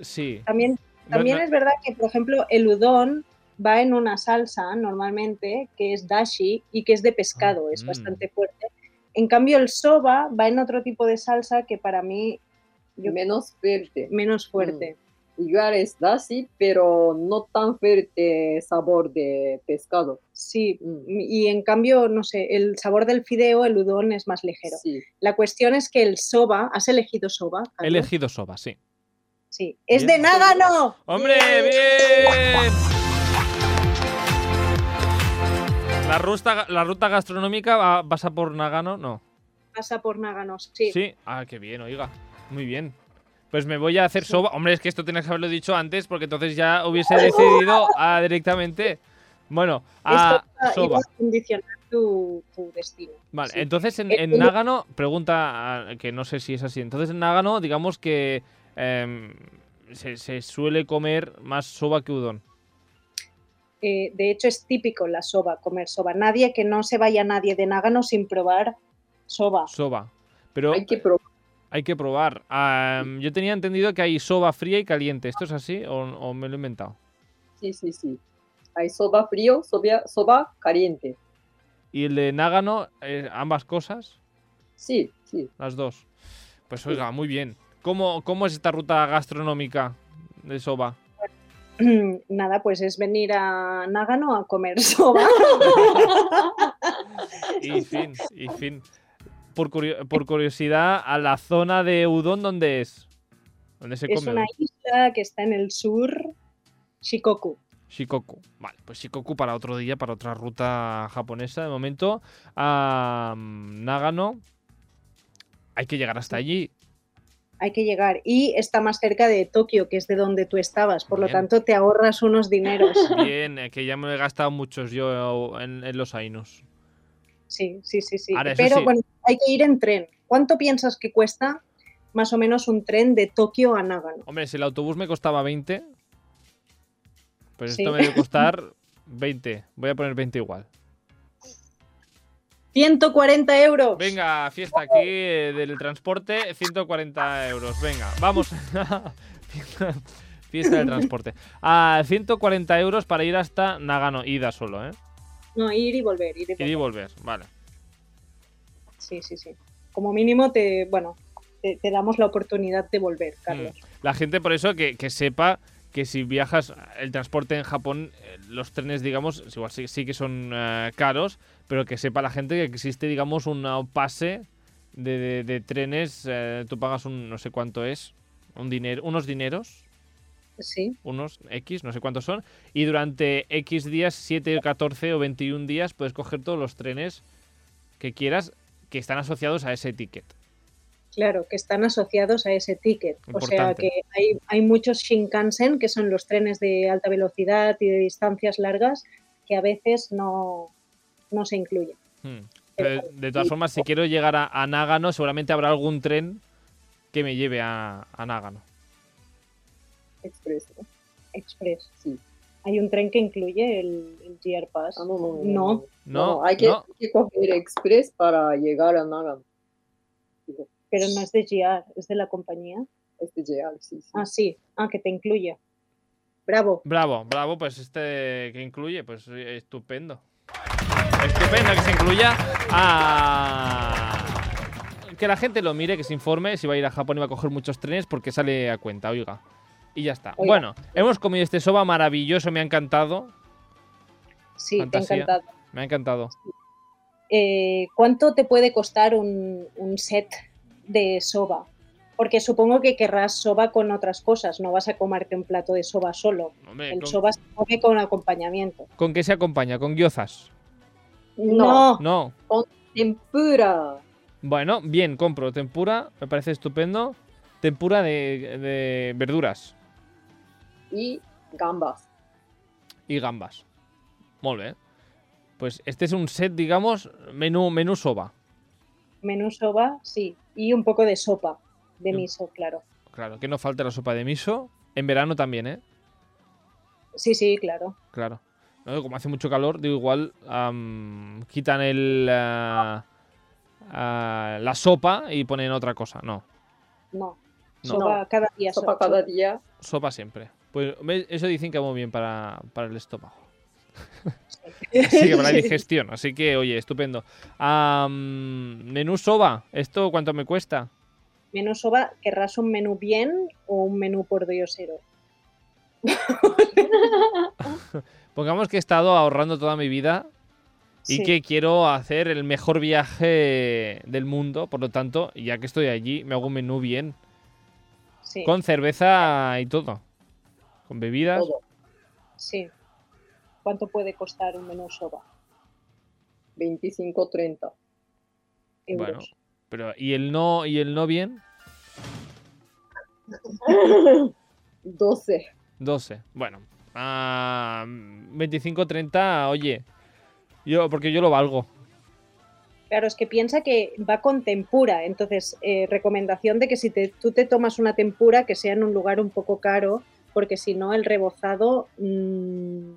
Speaker 1: Sí.
Speaker 2: También
Speaker 1: No-
Speaker 2: También
Speaker 1: no-
Speaker 2: es verdad que, por ejemplo, el udon va en una salsa normalmente que es dashi y que es de pescado, es
Speaker 1: Mm.
Speaker 2: bastante fuerte. En cambio, el soba va en otro tipo de salsa que para mí Yo-
Speaker 3: Menos fuerte.
Speaker 2: menos fuerte.
Speaker 1: Mm.
Speaker 3: Igual es dashi, pero no tan fuerte sabor de pescado.
Speaker 2: Sí,
Speaker 3: Mm,
Speaker 2: y en cambio, no sé, el sabor del fideo, el udon es más ligero.
Speaker 3: sí.
Speaker 2: La cuestión es que el soba, ¿has elegido soba?
Speaker 1: He
Speaker 2: Carlos?
Speaker 1: elegido soba, sí.
Speaker 2: Sí, es
Speaker 1: Bien.
Speaker 2: de Nágano.
Speaker 1: ¡Hombre,
Speaker 2: ¡Bien!
Speaker 1: bien! La ruta, la ruta gastronómica va- pasa por Nagano, no.
Speaker 2: Pasa por Nágano, sí.
Speaker 1: Ah, qué bien, oiga. Muy bien. Pues me voy a hacer soba. Hombre, es que esto tienes que haberlo dicho antes, porque entonces ya hubiese
Speaker 2: <laughs>
Speaker 1: decidido ah, directamente. Bueno, a
Speaker 2: Esto va-
Speaker 1: Ah, soba.
Speaker 2: iba a condicionar tu, tu destino.
Speaker 1: Vale,
Speaker 2: Sí.
Speaker 1: entonces en,
Speaker 2: Eh,
Speaker 1: en
Speaker 2: eh,
Speaker 1: Nágano, pregunta ah, que no sé si es así. Entonces en Nágano, digamos que em, se, se suele comer más soba que udon.
Speaker 2: Eh, de hecho, es típico la soba, comer soba. Nadie que no se vaya nadie de Nágano sin probar soba. <clears throat>
Speaker 1: Soba. Pero
Speaker 3: Hay que probar.
Speaker 1: hay que probar. Ah, yo tenía entendido que hay soba fría y caliente. ¿Esto es así o, o me lo he inventado?
Speaker 3: Sí, sí, sí. Hay soba frío, soba, soba caliente.
Speaker 1: Y el de Nágano, eh, ambas cosas,
Speaker 3: Sí, sí.
Speaker 1: las dos. Pues oiga, muy bien. ¿Cómo, cómo es esta ruta gastronómica de soba?
Speaker 2: Nada, pues es venir a Nágano a comer
Speaker 1: <laughs>
Speaker 2: soba.
Speaker 1: Y fin, y fin. Por, curio- por curiosidad, a la zona de Udon, ¿dónde es? ¿Dónde se
Speaker 2: es
Speaker 1: come?
Speaker 2: una isla que está en el sur, Shikoku.
Speaker 1: Shikoku. Vale, pues Shikoku para otro día, para otra ruta japonesa. De momento, a Nagano. Hay que llegar hasta allí.
Speaker 2: Hay que llegar. Y está más cerca de Tokio, que es de donde tú estabas. Por lo
Speaker 1: Bien.
Speaker 2: tanto, te ahorras unos dineros.
Speaker 1: Bien, eh, que ya me he gastado muchos yo eh, en, en los Ainus.
Speaker 2: Sí, sí, sí, sí.
Speaker 1: Ahora, eso
Speaker 2: Pero
Speaker 1: sí.
Speaker 2: bueno, hay que ir en tren. ¿Cuánto piensas que cuesta más o menos un tren de Tokio a Nágano?
Speaker 1: Hombre, si el autobús me costaba 20, pues
Speaker 2: Sí.
Speaker 1: esto me debe costar 20. Voy a poner 20 igual.
Speaker 2: 140 euros.
Speaker 1: Venga, fiesta aquí eh, del transporte, 140 euros. Venga, vamos. <laughs> fiesta del transporte. A 140 euros para ir hasta Nagano, ida solo, ¿eh?
Speaker 2: No, ir y volver, ir y
Speaker 1: Ir
Speaker 2: volver.
Speaker 1: y volver, vale.
Speaker 2: Sí, sí, sí. Como mínimo te, bueno, te, te damos la oportunidad de volver,
Speaker 1: Mm.
Speaker 2: Carlos.
Speaker 1: La gente, por eso, que, que sepa que si viajas el transporte en Japón, eh, los trenes, digamos, igual sí, sí que son eh, caros, pero que sepa la gente que existe, digamos, un uh, pase de, de- de trenes. eh, tú pagas un no sé cuánto es, un dinero, unos dineros,
Speaker 2: Sí.
Speaker 1: unos X, no sé cuántos son, y durante X días, 7, 14 o 21 días, puedes coger todos los trenes que quieras que están asociados a ese ticket.
Speaker 2: Claro, que están asociados a ese ticket. O sea
Speaker 1: Importante.
Speaker 2: que hay, hay muchos Shinkansen, que son los trenes de alta velocidad y de distancias largas, que a veces no, no se incluyen.
Speaker 1: Hmm. Pero, de todas formas, si quiero llegar a, a Nágano, seguramente habrá algún tren que me lleve a, a Nágano.
Speaker 3: Express, ¿no?
Speaker 2: Express.
Speaker 3: Sí.
Speaker 2: Hay un tren que incluye el, el GR Pass.
Speaker 3: Ah, no, no, no,
Speaker 2: No.
Speaker 3: no.
Speaker 1: No,
Speaker 3: hay, que,
Speaker 1: no.
Speaker 3: hay que coger Express para llegar a Nagano.
Speaker 2: Pero no es de GR, es de la compañía.
Speaker 3: Este llegar, sí, sí.
Speaker 2: Ah, sí. Ah, que te incluye. Bravo.
Speaker 1: Bravo, bravo, pues este que incluye, pues eh, estupendo. Estupendo que se incluya a... Que la gente lo mire, que se informe si va a ir a Japón y va a coger muchos trenes porque sale a cuenta, oiga. Y ya está.
Speaker 3: Oiga.
Speaker 1: Bueno, hemos comido este soba maravilloso, me ha encantado.
Speaker 2: Sí,
Speaker 1: Fantasía.
Speaker 2: te ha encantado.
Speaker 1: Me ha encantado.
Speaker 2: eh, ¿cuánto te puede costar un, un set de soba? Porque supongo que querrás soba con otras cosas, no vas a comerte un plato de soba solo.
Speaker 1: Hombre,
Speaker 2: El
Speaker 1: Eh, con,
Speaker 2: soba se come con acompañamiento.
Speaker 1: ¿con qué se acompaña? ¿Con gyozas?
Speaker 2: No,
Speaker 1: No.
Speaker 3: Tempura.
Speaker 1: Bueno, bien, compro tempura, me parece estupendo. Tempura de, de verduras
Speaker 3: y gambas.
Speaker 1: y gambas. Muy bien. Pues este es un set, digamos, menú, menú soba.
Speaker 2: menú soba, sí. Y un poco de sopa, de
Speaker 1: Mm.
Speaker 2: miso, claro.
Speaker 1: Claro, que no falte la sopa de miso. En verano también, ¿eh?
Speaker 2: Sí, sí, claro.
Speaker 1: Claro. No, como hace mucho calor, digo, igual am, quitan el, ah, ah, la sopa y ponen otra cosa. No,
Speaker 2: No.
Speaker 1: No.
Speaker 2: Soba cada día.
Speaker 3: Sopa
Speaker 2: sopa.
Speaker 3: cada día.
Speaker 1: sopa siempre. Pues me- eso dicen que va muy bien para, para el estómago.
Speaker 2: Sí.
Speaker 1: Así
Speaker 2: <laughs>
Speaker 1: que para la digestión. Así que, oye, estupendo. Am, menú soba. ¿Esto cuánto me cuesta?
Speaker 2: Menú soba, ¿querrás un menú bien o un menú por diosero?
Speaker 1: Pongamos que he estado ahorrando toda mi vida y
Speaker 2: Sí.
Speaker 1: que quiero hacer el mejor viaje del mundo. Por lo tanto, ya que estoy allí, me hago un menú bien.
Speaker 2: Sí,
Speaker 1: Con cerveza y todo. Con bebidas.
Speaker 3: Todo.
Speaker 2: sí. ¿Cuánto puede costar un menú soba?
Speaker 3: 25, 30.
Speaker 2: Euros.
Speaker 1: Bueno. Pero, ¿y el no, y el no bien?
Speaker 3: 12.
Speaker 1: 12. Bueno. ah, 25, 30, oye. Yo, porque yo lo valgo.
Speaker 2: Claro, es que piensa que va con tempura, entonces eh, recomendación de que si te- tú te tomas una tempura que sea en un lugar un poco caro, porque si no el rebozado mm,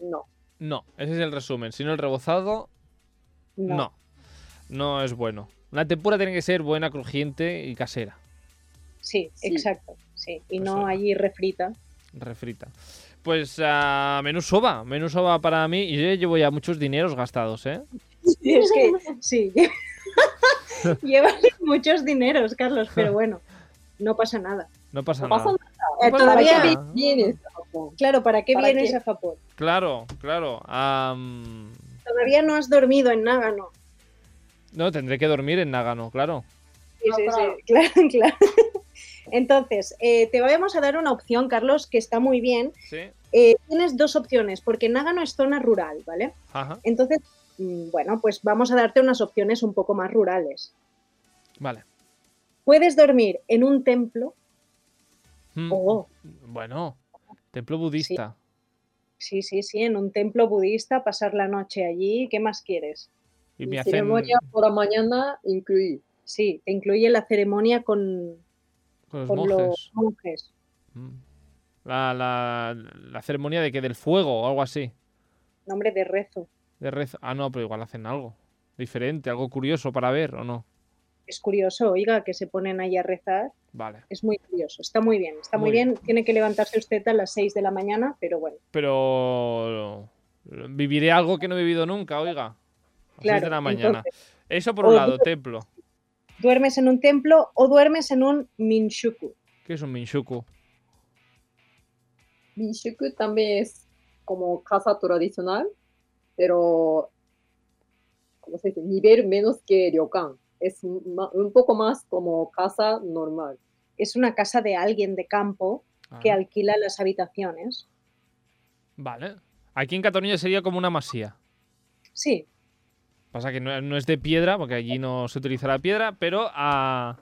Speaker 3: No.
Speaker 1: No, ese es el resumen. Si no el rebozado,
Speaker 2: no.
Speaker 1: No. no. es bueno. La tempura tiene que ser buena, crujiente y casera,
Speaker 2: Sí,
Speaker 3: Sí.
Speaker 2: exacto, sí, y
Speaker 1: Pues
Speaker 2: no
Speaker 1: nada.
Speaker 2: allí <laughs> refrita.
Speaker 1: refrita. Pues ah, menú soba, menú soba para mí. Y yo llevo ya muchos dineros gastados, ¿eh?
Speaker 2: Y <laughs> es que sí, <laughs> llevas muchos dineros, Carlos,
Speaker 1: <laughs>
Speaker 2: pero bueno, no pasa nada.
Speaker 1: No pasa
Speaker 3: No pasa
Speaker 1: nada.
Speaker 2: Eh,
Speaker 1: pasa
Speaker 2: todavía,
Speaker 1: nada.
Speaker 3: ¿Para qué vienes
Speaker 1: Ah.
Speaker 3: a Japón?
Speaker 2: claro, ¿para qué
Speaker 3: ¿Para
Speaker 2: vienes
Speaker 3: qué?
Speaker 2: a Japón?
Speaker 1: Claro, claro. am,
Speaker 2: Todavía no has dormido en Nágano.
Speaker 1: no, tendré que dormir en Nagano, claro.
Speaker 2: Sí,
Speaker 3: Ah,
Speaker 2: sí,
Speaker 3: claro.
Speaker 2: sí, claro, <laughs> claro. Entonces, eh, te vamos a dar una opción, Carlos, que está muy bien.
Speaker 1: Sí.
Speaker 2: Eh, tienes dos opciones, porque Nágano es zona rural, ¿vale?
Speaker 1: Ajá.
Speaker 2: Entonces, mm, bueno, pues vamos a darte unas opciones un poco más rurales.
Speaker 1: Vale.
Speaker 2: Puedes dormir en un templo
Speaker 1: Mm,
Speaker 3: Oh.
Speaker 2: o,
Speaker 1: Bueno, templo budista.
Speaker 2: sí, sí, sí, en un templo budista, pasar la noche allí, ¿qué más quieres?
Speaker 1: Y me
Speaker 3: Y
Speaker 1: hacen.
Speaker 3: ceremonia por la mañana incluí.
Speaker 2: Sí, te incluye la ceremonia con,
Speaker 1: Con los
Speaker 2: con
Speaker 1: monjes.
Speaker 2: los monjes.
Speaker 1: Mm. La, la, la ceremonia de que del fuego o algo así.
Speaker 2: Nombre de rezo.
Speaker 1: De rezo. Ah, no, pero igual hacen algo diferente, algo curioso para ver, ¿o no?
Speaker 2: Es curioso, oiga, que se ponen ahí a rezar.
Speaker 1: Vale.
Speaker 2: es muy curioso, está muy bien, está muy,
Speaker 1: Muy
Speaker 2: bien. Tiene que levantarse usted a las 6 de la mañana, pero bueno,
Speaker 1: Pero viviré algo que no he vivido nunca, oiga. A
Speaker 2: claro.
Speaker 1: seis de la mañana.
Speaker 2: entonces,
Speaker 1: Eso por un
Speaker 2: Oye.
Speaker 1: lado, templo.
Speaker 2: duermes en un templo o duermes en un minshuku.
Speaker 1: ¿Qué es un minshuku?
Speaker 3: Minshuku también es como casa tradicional, pero ¿cómo se dice? nivel menos que ryokan. Es ma- un poco más como casa normal.
Speaker 2: Es una casa de alguien de campo que
Speaker 1: Ah,
Speaker 2: alquila las habitaciones.
Speaker 1: Vale. Aquí en Cataluña sería como una masía.
Speaker 2: Sí,
Speaker 1: Pasa que no, no es de piedra, porque allí no se utiliza la piedra, pero ah,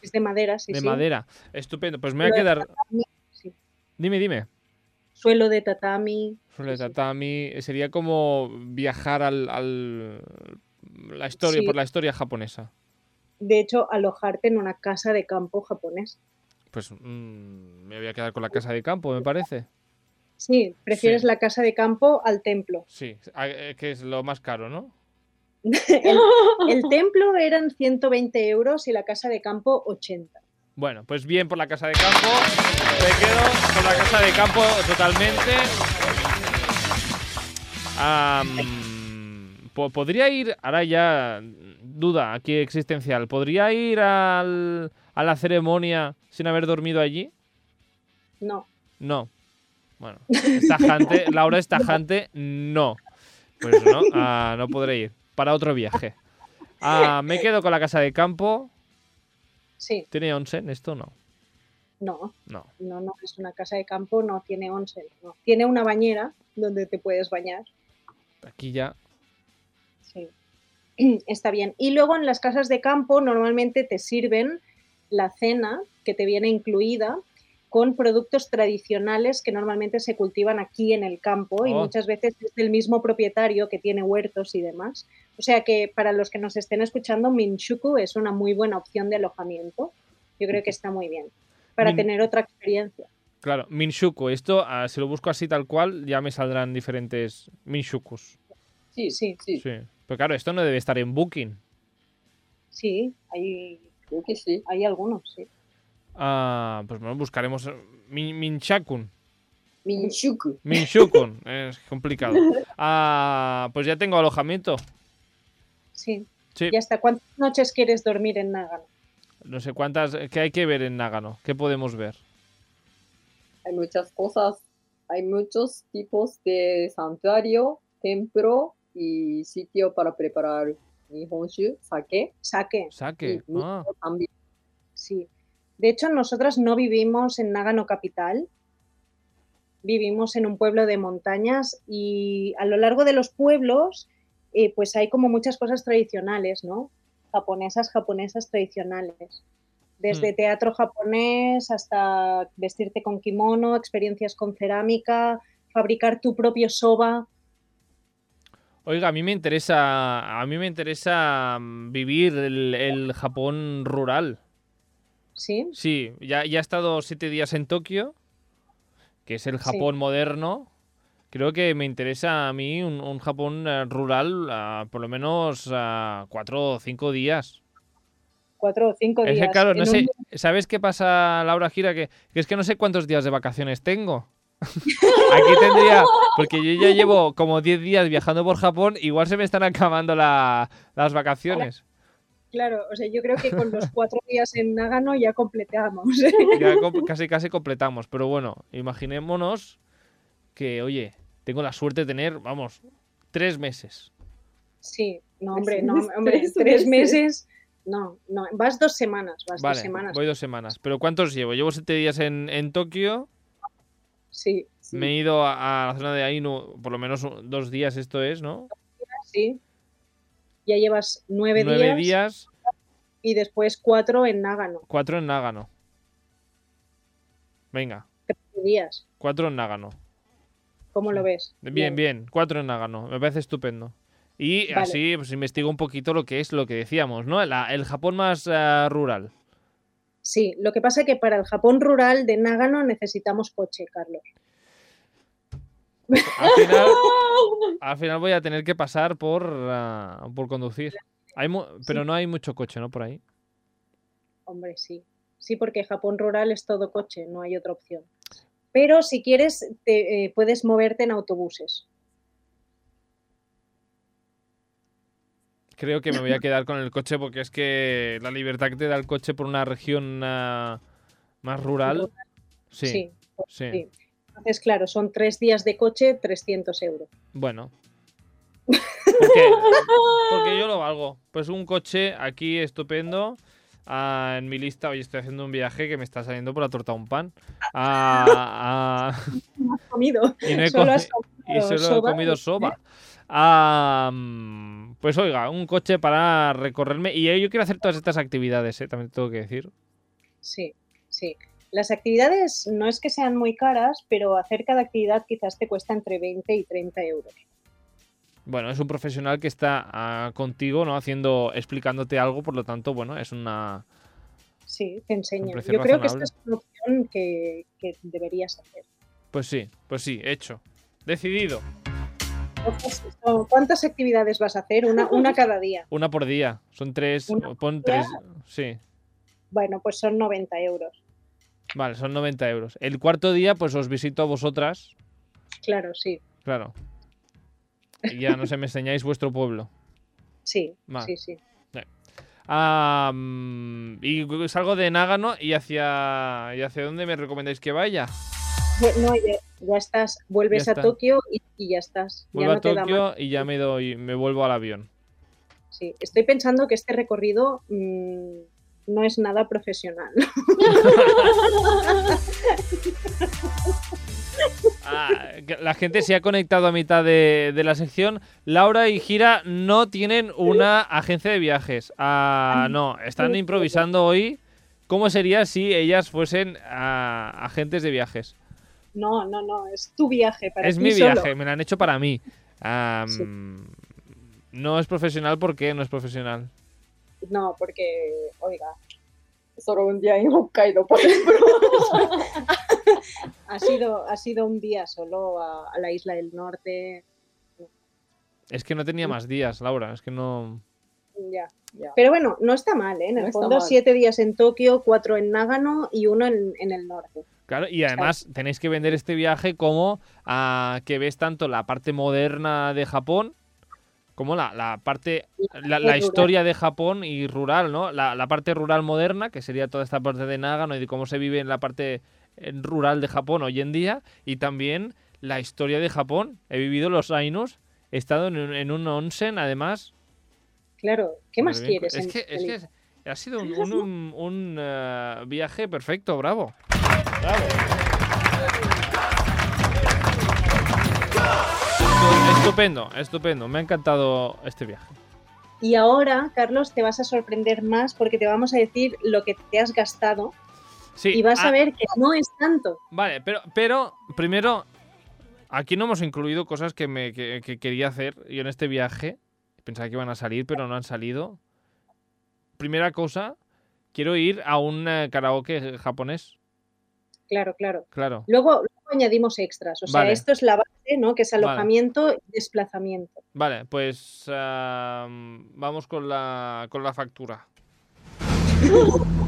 Speaker 2: Es de madera, sí,
Speaker 1: de
Speaker 2: sí.
Speaker 1: madera. Estupendo. Pues me voy a
Speaker 2: Suelo de
Speaker 1: quedar.
Speaker 2: tatami, sí.
Speaker 1: Dime, dime.
Speaker 2: Suelo de tatami.
Speaker 1: Sobre el tatami. eh, Sería como viajar al. al- la historia,
Speaker 2: Sí.
Speaker 1: por la historia japonesa.
Speaker 2: De hecho, alojarte en una casa de campo japonés.
Speaker 1: Pues mm, me voy a quedar con la casa de campo, me parece.
Speaker 2: Sí, prefieres
Speaker 1: Sí.
Speaker 2: la casa de campo al templo.
Speaker 1: Sí, a- eh, que es lo más caro, ¿no?
Speaker 2: El,
Speaker 1: <laughs>
Speaker 2: el templo eran 120 euros y la casa de campo 80.
Speaker 1: Bueno, pues bien por la casa de campo. Me quedo con la casa de campo totalmente. Am, po- podría ir, ahora ya duda aquí existencial, ¿podría ir al- a la ceremonia sin haber dormido allí?
Speaker 2: No.
Speaker 1: No. Bueno, es tajante, Laura es tajante, no. Pues no, ah, no podré ir. Para otro viaje. Ah, me quedo con la casa de campo.
Speaker 2: Sí,
Speaker 1: ¿Tiene onsen esto? No.
Speaker 2: no,
Speaker 1: No.
Speaker 2: no, no es una casa de campo, no tiene onsen, no. Tiene una bañera donde te puedes bañar.
Speaker 1: Aquí ya
Speaker 2: Sí. <clears throat> Está bien. Y luego en las casas de campo normalmente te sirven la cena que te viene incluida con productos tradicionales que normalmente se cultivan aquí en el campo y
Speaker 1: Oh.
Speaker 2: muchas veces es del mismo propietario que tiene huertos y demás. O sea que para los que nos estén escuchando, Minshuku es una muy buena opción de alojamiento.
Speaker 1: <laughs>
Speaker 2: Yo creo que está muy bien para
Speaker 1: Min-
Speaker 2: tener otra experiencia.
Speaker 1: Claro, Minshuku. Esto, ah, si lo busco así tal cual, ya me saldrán diferentes Minshukus.
Speaker 3: Sí,
Speaker 2: Sí.
Speaker 3: sí,
Speaker 1: Sí.
Speaker 3: sí.
Speaker 1: Pero claro, esto no debe estar en Booking.
Speaker 2: Sí, hay,
Speaker 3: Creo que sí.
Speaker 2: hay algunos, sí.
Speaker 1: Ah, pues bueno, buscaremos eh, Min- Minchakun.
Speaker 3: Minshuku.
Speaker 1: Minshukun. es complicado. Ah, pues ya tengo alojamiento.
Speaker 2: Sí.
Speaker 1: Sí.
Speaker 2: Y hasta cuántas noches quieres dormir en Nagano.
Speaker 1: No sé cuántas. ¿Qué hay que ver en Nagano? ¿Qué podemos ver?
Speaker 3: Hay muchas cosas. Hay muchos tipos de santuario, templo y sitio para preparar nihonshu, sake.
Speaker 2: Saque.
Speaker 1: Saque.
Speaker 3: y miso
Speaker 1: Ah,
Speaker 3: también.
Speaker 2: Sí. De hecho, nosotras no vivimos en Nágano capital. Vivimos en un pueblo de montañas y a lo largo de los pueblos, eh, pues hay como muchas cosas tradicionales, ¿no? Japonesas, japonesas tradicionales. Desde
Speaker 1: Mm.
Speaker 2: teatro japonés hasta vestirte con kimono, experiencias con cerámica, fabricar tu propio soba.
Speaker 1: Oiga, a mí me interesa. A mí me interesa mm, vivir el- el Japón rural.
Speaker 2: Sí,
Speaker 1: Sí, ya, ya he estado siete días en Tokio, que es el
Speaker 2: Sí.
Speaker 1: Japón moderno. Creo que me interesa a mí un, un Japón eh, rural, ah, por lo menos ah, cuatro o cinco días.
Speaker 2: cuatro o cinco
Speaker 1: Es
Speaker 2: días.
Speaker 1: que, claro, no
Speaker 2: en
Speaker 1: sé,
Speaker 2: un-
Speaker 1: ¿sabes qué pasa, Laura Gira? Que, que es que no sé cuántos días de vacaciones tengo. <laughs> Aquí tendría, porque yo ya llevo como 10 días viajando por Japón, igual se me están acabando la- las vacaciones.
Speaker 2: Claro, o sea, yo creo que con los cuatro días en Nágano ya completamos.
Speaker 1: Ya com- casi casi completamos, pero bueno, imaginémonos que, oye, tengo la suerte de tener, vamos, tres meses.
Speaker 2: Sí, no, hombre,
Speaker 3: Tres
Speaker 2: no,
Speaker 3: meses,
Speaker 2: hombre,
Speaker 3: tres
Speaker 2: tres
Speaker 3: meses.
Speaker 2: meses. No, no, vas dos semanas, vas
Speaker 1: vale,
Speaker 2: dos semanas.
Speaker 1: voy dos semanas. ¿Pero cuántos llevo? Llevo siete días en, en Tokio,
Speaker 2: Sí,
Speaker 3: Sí.
Speaker 1: me he ido a, a la zona de Ainu, por lo menos un- dos días esto es, ¿no?
Speaker 2: sí. Ya llevas nueve, días,
Speaker 1: días,
Speaker 2: y después cuatro en Nágano,
Speaker 1: cuatro en Nágano. Venga,
Speaker 2: nueve días.
Speaker 1: cuatro en Nágano.
Speaker 2: ¿Cómo
Speaker 1: Sí.
Speaker 2: lo ves?
Speaker 1: Bien, bien, cuatro en Nagano, me parece estupendo. Y
Speaker 2: Vale.
Speaker 1: así pues investigo un poquito lo que es lo que decíamos, ¿no? La- el Japón más eh, rural.
Speaker 2: Sí, lo que pasa es que para el Japón rural de Nágano necesitamos coche, Carlos.
Speaker 1: Al <laughs> final, al final voy a tener que pasar por, ah, por conducir. Hay mu- pero no hay mucho coche, ¿no? Por ahí.
Speaker 2: Hombre, sí. Sí, porque Japón rural es todo coche, no hay otra opción. Pero si quieres, te, eh, puedes moverte en autobuses.
Speaker 1: Creo que me <laughs> voy a quedar con el coche porque es que la libertad que te da el coche por una región ah, más rural. Sí, sí.
Speaker 2: sí. Entonces, claro, son tres días de coche, 300 euros.
Speaker 1: Bueno. Porque, porque yo lo valgo. Pues un coche aquí estupendo. Ah, en mi lista, hoy estoy haciendo un viaje que me está saliendo por la torta un pan. Ah, ah,
Speaker 2: No has comido.
Speaker 1: y no he
Speaker 2: Solo
Speaker 1: comi-
Speaker 2: has comido
Speaker 1: y
Speaker 2: Claro,
Speaker 1: solo he
Speaker 2: soba,
Speaker 1: comido
Speaker 2: ¿eh?
Speaker 1: soba. Ah, mm, pues oiga, un coche para recorrerme. Y eh, yo quiero hacer todas estas actividades, eh, también tengo que decir.
Speaker 2: Sí, sí. Las actividades no es que sean muy caras, pero hacer cada actividad quizás te cuesta entre 20 y 30 euros.
Speaker 1: Bueno, es un profesional que está ah, contigo, ¿no? Haciendo, explicándote algo, por lo tanto, bueno, es una...
Speaker 2: Sí, te enseña.
Speaker 1: precio
Speaker 2: Yo creo que
Speaker 1: razonable.
Speaker 2: esta es una opción que, que deberías hacer.
Speaker 1: Pues sí, pues sí, hecho. Decidido.
Speaker 2: Entonces, esto, ¿Cuántas actividades vas a hacer? Una, una cada día.
Speaker 1: Una por día. Son tres,
Speaker 2: Una
Speaker 1: o pon
Speaker 2: día.
Speaker 1: tres, sí.
Speaker 2: Bueno, pues son 90 euros.
Speaker 1: Vale, son 90 euros. El cuarto día, pues os visito a vosotras,
Speaker 2: Claro, sí,
Speaker 1: claro. Y ya nos <laughs> enseñáis vuestro pueblo.
Speaker 2: sí,
Speaker 1: Vale.
Speaker 2: sí, sí.
Speaker 1: Ah, mm, y salgo de Nágano y hacia, y hacia dónde me recomendáis que vaya.
Speaker 2: Bu- No, ya, ya estás, vuelves
Speaker 1: Ya
Speaker 2: a
Speaker 1: está.
Speaker 2: Tokio y, y ya estás.
Speaker 1: Vuelvo
Speaker 2: ya no
Speaker 1: a
Speaker 2: te da más.
Speaker 1: Tokio y ya me doy, me vuelvo al avión.
Speaker 2: Sí. Estoy pensando que este recorrido mm, no es nada profesional. <laughs>
Speaker 1: Ah, que la gente se ha conectado a mitad de, de la sección. Laura y Gira no tienen una agencia de viajes. Ah, no, están improvisando hoy. ¿Cómo sería si ellas fuesen ah, agentes de viajes?
Speaker 2: No, no, no, es tu viaje para
Speaker 1: es
Speaker 2: ti
Speaker 1: mi
Speaker 2: solo.
Speaker 1: viaje, me la han hecho para mí. Ah,
Speaker 2: Sí.
Speaker 1: mm, No es profesional porque no es profesional.
Speaker 2: No, porque, oiga,
Speaker 3: Solo un día en Hokkaido, por <laughs> ejemplo.
Speaker 2: ha sido, ha sido un día solo a, a la isla del norte.
Speaker 1: Es que no tenía más días, Laura. Es que no.
Speaker 2: Ya.
Speaker 3: Ya.
Speaker 2: Pero bueno, no está mal, ¿eh? En el
Speaker 3: No está
Speaker 2: fondo,
Speaker 3: mal.
Speaker 2: siete días en Tokio, cuatro en Nágano y uno en, en el norte.
Speaker 1: Claro, y además tenéis que vender este viaje como ah, que ves tanto la parte moderna de Japón como la, la parte, la, la
Speaker 2: rural.
Speaker 1: historia de Japón y rural, ¿no? La, la parte rural moderna, que sería toda esta parte de Nagano y de cómo se vive en la parte eh, rural de Japón hoy en día, y también la historia de Japón. He vivido los Ainus, he estado en un, en un onsen, además,
Speaker 2: Claro, ¿qué
Speaker 1: Madre
Speaker 2: más
Speaker 1: mía,
Speaker 2: quieres?
Speaker 1: Es
Speaker 2: en
Speaker 1: que,
Speaker 2: esta
Speaker 1: es que
Speaker 2: vida?
Speaker 1: es- ha sido un, un- un- un, eh, viaje perfecto, bravo. Bravo. Estupendo, estupendo. Me ha encantado este viaje.
Speaker 2: Y ahora, Carlos, te vas a sorprender más porque te vamos a decir lo que te has gastado
Speaker 1: Sí,
Speaker 2: y vas
Speaker 1: ah,
Speaker 2: a ver que no es tanto.
Speaker 1: Vale, pero, pero primero, aquí no hemos incluido cosas que, me, que, que quería hacer yo en este viaje. Pensaba que iban a salir, pero no han salido. Primera cosa, quiero ir a un eh, karaoke japonés,
Speaker 2: Claro, claro.
Speaker 1: claro.
Speaker 2: Luego, luego añadimos extras. O sea,
Speaker 1: Vale.
Speaker 2: esto es la base, ¿no? Que es
Speaker 1: Vale.
Speaker 2: alojamiento y desplazamiento.
Speaker 1: Vale, pues ah, vamos con la, con la factura.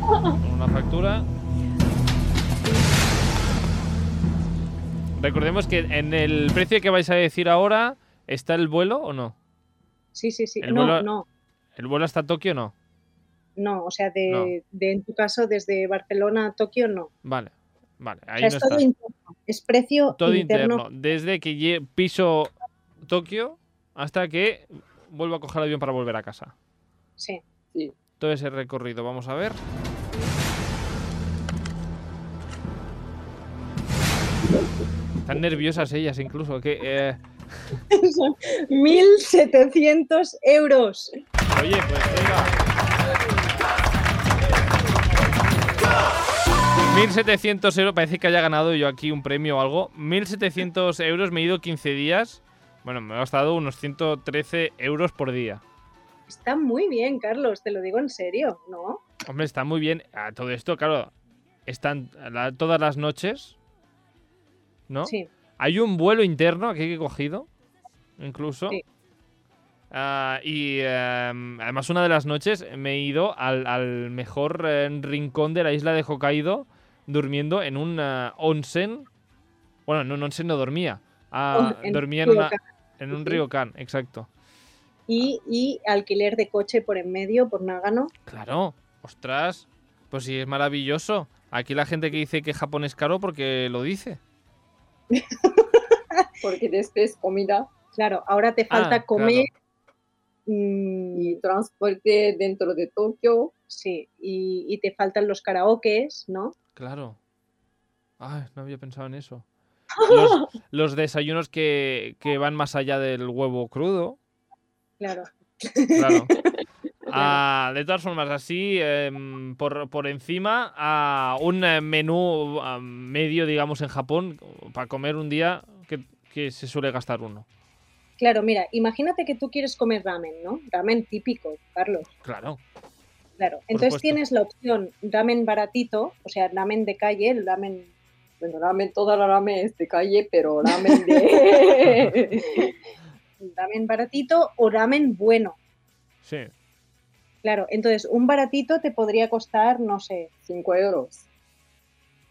Speaker 1: Con una factura. Recordemos que en el precio que vais a decir ahora, ¿está el vuelo o no?
Speaker 2: Sí, sí, sí.
Speaker 1: El
Speaker 2: no,
Speaker 1: vuelo-
Speaker 2: no,
Speaker 1: ¿El vuelo hasta Tokio o no?
Speaker 2: no. O sea, de, de, en tu caso, desde Barcelona a Tokio, no.
Speaker 1: Vale, vale,
Speaker 2: O
Speaker 1: ahí
Speaker 2: sea,
Speaker 1: no
Speaker 2: es todo
Speaker 1: está.
Speaker 2: interno. Es precio
Speaker 1: Todo
Speaker 2: interno.
Speaker 1: interno. Desde que lle- piso Tokio hasta que vuelvo a coger el avión para volver a casa.
Speaker 2: Sí. <laughs>
Speaker 3: Sí.
Speaker 1: todo ese recorrido. Vamos a ver. Están nerviosas ellas incluso. Que, eh,
Speaker 2: Son 1.700 euros.
Speaker 1: Oye, pues venga. 1.700 euros, parece que haya ganado yo aquí un premio o algo. 1.700 euros, me he ido 15 días. Bueno, me he gastado unos 113 euros por día.
Speaker 2: Está muy bien, Carlos, te lo digo en serio, ¿no?
Speaker 1: Hombre, está muy bien. A todo esto, claro, están la- todas las noches, ¿no?
Speaker 2: Sí.
Speaker 1: Hay un vuelo interno aquí que he cogido, incluso.
Speaker 2: Sí.
Speaker 1: Ah, y em, además una de las noches me he ido al, al mejor eh, rincón de la isla de Hokkaido durmiendo en un ah, onsen. Bueno, en un onsen no dormía. Ah,
Speaker 2: En- en
Speaker 1: dormía en, una-
Speaker 2: Ryokan.
Speaker 1: en un
Speaker 2: sí.
Speaker 1: ryokan, exacto.
Speaker 2: Y, y alquiler de coche por en medio, por Nágano.
Speaker 1: Claro, ostras, pues sí, es maravilloso. Aquí la gente que dice que Japón es caro porque lo dice.
Speaker 3: Porque después comida
Speaker 2: Claro, ahora te falta
Speaker 1: Ah,
Speaker 2: comer.
Speaker 3: y
Speaker 2: mm,
Speaker 3: transporte dentro de Tokio.
Speaker 2: sí, y, y te faltan los karaokes, ¿no?
Speaker 1: Claro. Ay, no había pensado en eso. los, los desayunos que, que van más allá del huevo crudo.
Speaker 2: Claro.
Speaker 1: Claro. Ah, de todas formas, así em, por, por encima, a un eh, menú ah, medio, digamos, en Japón, para comer un día que, que se suele gastar uno.
Speaker 2: Claro, mira, imagínate que tú quieres comer ramen, ¿no? Ramen típico, Carlos.
Speaker 1: Claro.
Speaker 2: Claro. Entonces
Speaker 1: supuesto.
Speaker 2: tienes la opción ramen baratito, o sea, ramen de calle, el ramen
Speaker 3: Bueno, ramen, toda la ramen es de calle, pero ramen de...
Speaker 2: <laughs> ramen baratito o ramen bueno.
Speaker 1: Sí.
Speaker 2: Claro, entonces un baratito te podría costar, no sé,
Speaker 3: 5 euros.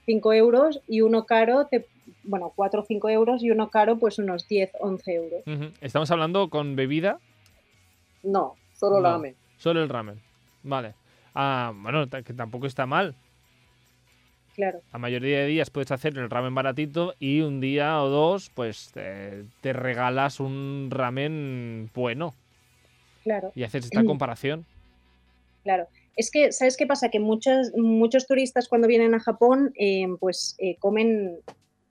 Speaker 2: 5 euros y uno caro, te, bueno, 4 o 5 euros y uno caro, pues unos 10, 11 euros.
Speaker 1: Ujú. Estamos hablando con bebida,
Speaker 3: No, solo
Speaker 1: No.
Speaker 3: ramen.
Speaker 1: solo el ramen. Vale. Ah, bueno, ta- que tampoco está mal.
Speaker 2: Claro,
Speaker 1: La mayoría de días puedes hacer el ramen baratito y un día o dos, pues eh, te regalas un ramen bueno
Speaker 2: claro,
Speaker 1: y haces
Speaker 2: Mm.
Speaker 1: esta comparación.
Speaker 2: claro. Es que, ¿sabes qué pasa? Que muchos, muchos turistas cuando vienen a Japón, eh, pues eh, comen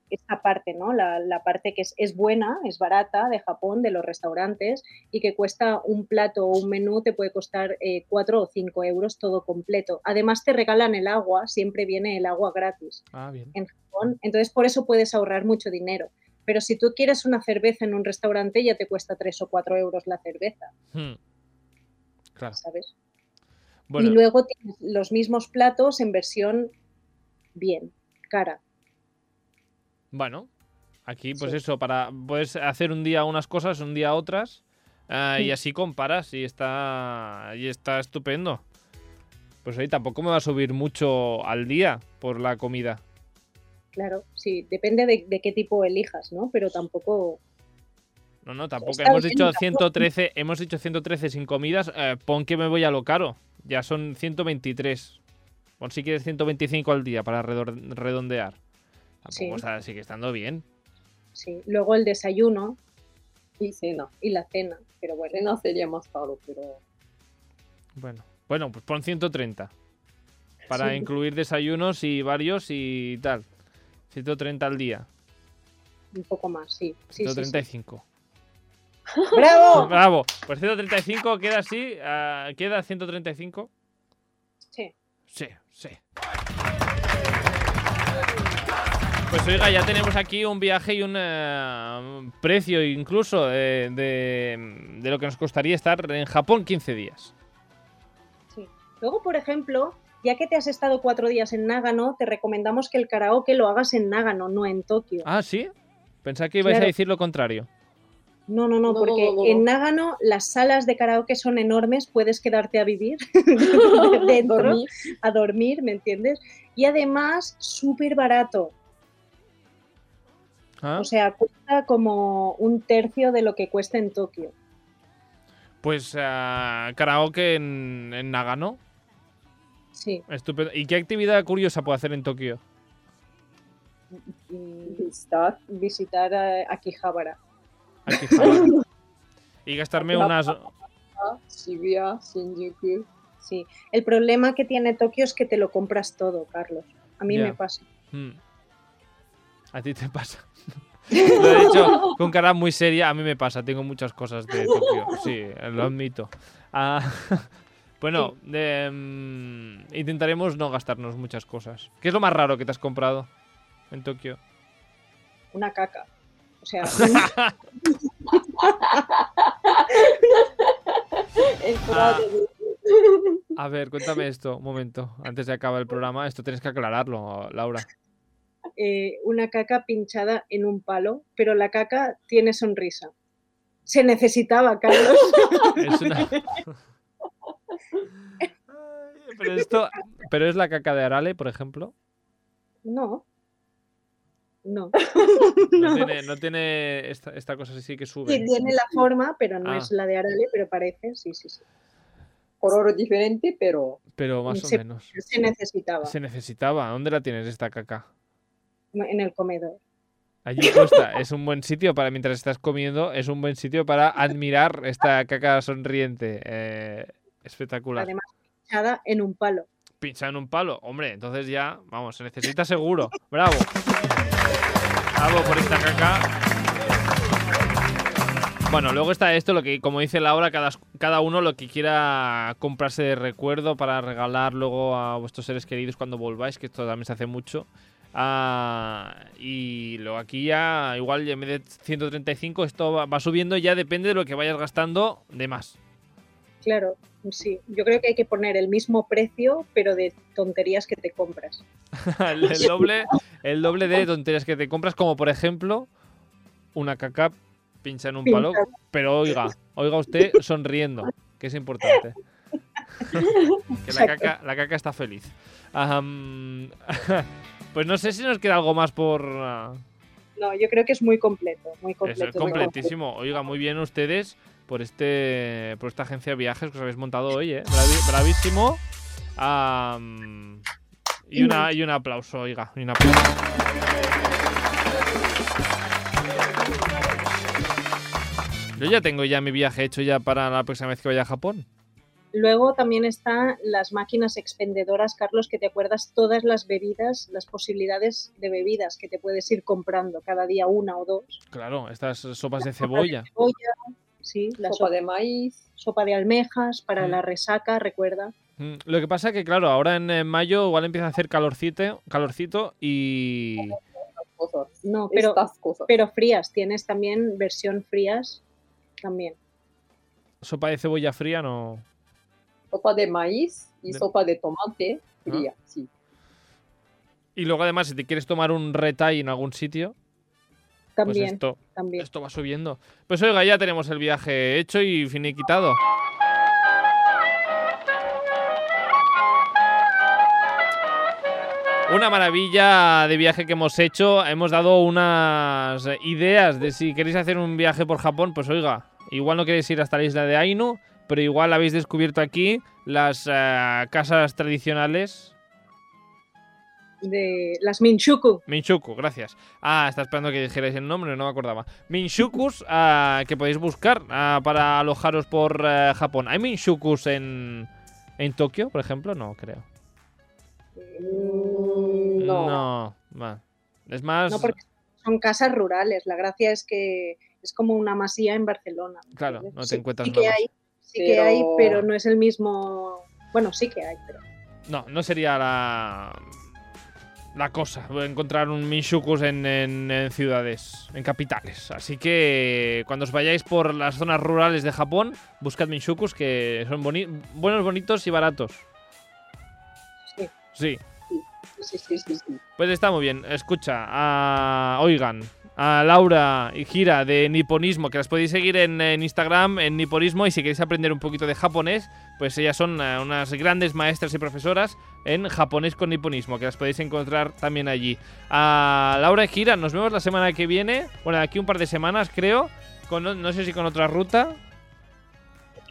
Speaker 2: esta parte, ¿no? La, la parte que es, es buena, es barata de Japón, de los restaurantes, y que cuesta un plato o un menú, te puede costar 4 o 5 euros todo completo. Además, te regalan el agua, siempre viene el agua gratis.
Speaker 1: Ah, bien.
Speaker 2: Japón, Entonces, por eso puedes ahorrar mucho dinero. Pero si tú quieres una cerveza en un restaurante, ya te cuesta 3 o 4 euros la cerveza,
Speaker 1: Hmm. Claro.
Speaker 2: ¿sabes?
Speaker 1: Bueno,
Speaker 2: Y luego tienes los mismos platos en versión bien, cara.
Speaker 1: bueno, aquí pues
Speaker 2: Sí.
Speaker 1: eso, para puedes hacer un día unas cosas, un día otras, ah, y
Speaker 2: Mm.
Speaker 1: así comparas y está y está estupendo. Pues ahí tampoco me va a subir mucho al día por la comida.
Speaker 2: Claro, sí, depende de, de qué tipo elijas, ¿no? Pero tampoco.
Speaker 1: No, no, tampoco.
Speaker 2: está
Speaker 1: Hemos
Speaker 2: bien,
Speaker 1: dicho
Speaker 2: tampoco.
Speaker 1: 113, hemos dicho 113 sin comidas. eh, pon que me voy a lo caro. Ya son 123. Pon si quieres 125 al día para redor- redondear. Tampoco
Speaker 2: Sí.
Speaker 1: está- sigue estando bien.
Speaker 2: Sí. Luego el desayuno
Speaker 3: Y cena.
Speaker 2: y la cena, pero bueno.
Speaker 3: Cena sería más caro, pero...
Speaker 1: Bueno, bueno, pues pon 130. Para
Speaker 2: Sí.
Speaker 1: incluir desayunos y varios y tal. 130 al día.
Speaker 2: Un poco más, sí. sí, sí, sí.
Speaker 1: 135. <laughs>
Speaker 2: ¡Bravo!
Speaker 1: Bravo. Pues 135 queda así. ah, queda 135.
Speaker 2: Sí.
Speaker 1: Sí, sí. Pues oiga, ya tenemos aquí un viaje y un eh, precio incluso de, de- de lo que nos costaría estar en Japón 15 días.
Speaker 2: Sí. Luego, por ejemplo, ya que te has estado cuatro días en Nágano, te recomendamos que el karaoke lo hagas en Nágano, no en Tokio.
Speaker 1: Ah, ¿sí? Pensaba que ibais a
Speaker 2: Claro.
Speaker 1: decir lo contrario.
Speaker 2: No, no, no,
Speaker 3: No,
Speaker 2: porque
Speaker 3: no, no, no.
Speaker 2: en Nágano las salas de karaoke son enormes, puedes quedarte a vivir <laughs>
Speaker 3: <laughs>
Speaker 2: dentro,
Speaker 3: Dormir.
Speaker 2: a dormir, ¿me entiendes? Y además, súper barato.
Speaker 1: Ah,
Speaker 2: O sea, cuesta como un tercio de lo que cuesta en Tokio.
Speaker 1: Pues ah, karaoke en, en Nagano.
Speaker 2: Sí.
Speaker 1: Estupendo. ¿Y qué actividad curiosa puedo hacer en Tokio?
Speaker 2: Y
Speaker 3: Visitar.
Speaker 2: visitar a Akihabara.
Speaker 1: Aquí, Japón. y gastarme unas...
Speaker 3: Shibuya, Shinjuku.
Speaker 2: Sí. El problema que tiene Tokio es que te lo compras todo, Carlos. A mí
Speaker 1: Ya.
Speaker 2: me pasa.
Speaker 1: Mm. A ti te <laughs> pasa. lo he dicho con cara muy seria. A mí me pasa. Tengo muchas cosas de Tokio. Sí, lo admito. Ah, <laughs> bueno, de, mm, intentaremos no gastarnos muchas cosas. ¿Qué es lo más raro que te has comprado en Tokio?
Speaker 2: Una caca. O sea, Ah.
Speaker 3: Entrada de-
Speaker 1: Ah, A ver, cuéntame esto. Un momento. Antes de acabar el programa, esto tienes que aclararlo, Laura.
Speaker 2: eh, una caca pinchada en un palo, pero la caca tiene sonrisa. Se necesitaba, Carlos.
Speaker 1: Es una- <laughs> Pero esto. Pero es la caca de Arale, por ejemplo.
Speaker 2: No. No.
Speaker 1: No tiene, no tiene esta, esta cosa así que sube.
Speaker 2: Sí, tiene la forma, pero no
Speaker 1: Ah.
Speaker 2: es la de Arale, pero parece, sí, sí, sí.
Speaker 3: color diferente, pero
Speaker 1: Pero más o
Speaker 2: Se-
Speaker 1: menos.
Speaker 2: Se necesitaba
Speaker 1: Se necesitaba. ¿Dónde la tienes esta caca?
Speaker 2: en el comedor.
Speaker 1: Allí puesta. Es un buen sitio para, mientras estás comiendo, es un buen sitio para admirar esta caca sonriente. Eh, espectacular.
Speaker 2: Además, pinchada en un palo.
Speaker 1: Pincha en un palo. Hombre, entonces ya, vamos, se necesita seguro. Bravo. Bravo por esta caca. Bueno, luego está esto, lo que como dice Laura, cada, cada uno lo que quiera comprarse de recuerdo para regalar luego a vuestros seres queridos cuando volváis, que esto también se hace mucho. Ah, y luego aquí ya, igual en vez de 135, esto va, va subiendo, ya depende de lo que vayas gastando de más.
Speaker 2: Claro, sí. Yo creo que hay que poner el mismo precio, pero de tonterías que te compras.
Speaker 1: <laughs> el, el doble, el doble de tonterías que te compras, como por ejemplo una caca pincha en un palo, pero oiga, oiga usted sonriendo, que es importante. que la caca, la caca está feliz. Ajam. <laughs> pues no sé si nos queda algo más por... ah,
Speaker 2: No, yo creo que es muy completo, muy
Speaker 1: Eso
Speaker 2: completo.
Speaker 1: es completísimo. Oiga, muy bien ustedes por este por esta agencia de viajes que os habéis montado hoy, ¿eh? Bravi- bravísimo. Am, y, una, y un aplauso, oiga. y un aplauso. Yo ya tengo ya mi viaje hecho ya para la próxima vez que vaya a Japón.
Speaker 2: Luego también están las máquinas expendedoras, Carlos, que te acuerdas todas las bebidas, las posibilidades de bebidas que te puedes ir comprando cada día una o dos.
Speaker 1: Claro, estas sopas de cebolla.
Speaker 2: Cebolla, sí, la
Speaker 3: sopa
Speaker 2: sopa,
Speaker 3: de maíz.
Speaker 2: sopa de almejas para
Speaker 1: Mm.
Speaker 2: la resaca, recuerda.
Speaker 1: Mm, Lo que pasa que, claro, ahora en eh, mayo igual empieza a hacer calorcito, calorcito y...
Speaker 3: Cosas.
Speaker 2: No, pero,
Speaker 3: Estas cosas.
Speaker 2: pero frías, tienes también versión frías también.
Speaker 1: Pues sopa de cebolla fría no.
Speaker 3: Sopa de maíz y
Speaker 1: De-
Speaker 3: sopa de tomate fría, sí.
Speaker 1: Y luego además, si te quieres tomar un retay en algún sitio, pues
Speaker 2: También,
Speaker 1: esto,
Speaker 2: también.
Speaker 1: esto va subiendo. Pues oiga, ya tenemos el viaje hecho y finiquitado. Una maravilla de viaje que hemos hecho. Hemos dado unas eh, ideas de si queréis hacer un viaje por Japón, pues oiga, igual no queréis ir hasta la isla de Ainu, pero igual habéis descubierto aquí las eh, casas tradicionales
Speaker 2: De las Minchuku.
Speaker 1: Minshuku, gracias. Ah, está esperando que dijerais el nombre, no me acordaba. Minshukus, ah, que podéis buscar ah, para alojaros por eh, Japón. ¿Hay Minshukus en, en Tokio, por ejemplo? No, creo.
Speaker 3: Mm, No.
Speaker 1: va. Es más,
Speaker 2: No, porque son casas rurales. La gracia es que es como una masía en Barcelona. ¿me
Speaker 1: Claro,
Speaker 2: entiendes?
Speaker 1: no te
Speaker 2: Sí-
Speaker 1: encuentras
Speaker 2: Sí que
Speaker 1: nuevos.
Speaker 2: hay, sí que
Speaker 3: Pero-
Speaker 2: hay, pero no es el mismo. Bueno, sí que hay, pero
Speaker 1: no, no sería la, la cosa encontrar un Minshukus en, en- en ciudades, en capitales. Así que cuando os vayáis por las zonas rurales de Japón, buscad Minshukus que son boni- buenos, bonitos y baratos.
Speaker 2: Sí.
Speaker 1: Sí.
Speaker 3: Sí, sí, sí, sí.
Speaker 1: Pues está muy bien. Escucha, a Oigan, a Laura y Gira de Niponismo, que las podéis seguir en, en Instagram, en Niponismo, y si queréis aprender un poquito de japonés, pues ellas son eh, unas grandes maestras y profesoras en japonés con niponismo, que las podéis encontrar también allí. A Laura y Gira, nos vemos la semana que viene, bueno, de aquí un par de semanas creo, con, no- no sé si con otra ruta,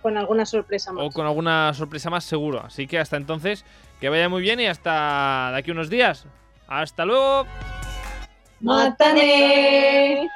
Speaker 2: con alguna sorpresa más.
Speaker 1: o con alguna sorpresa más seguro. Así que hasta entonces, que vaya muy bien y hasta de aquí unos días. Hasta luego.
Speaker 2: ¡Mátane!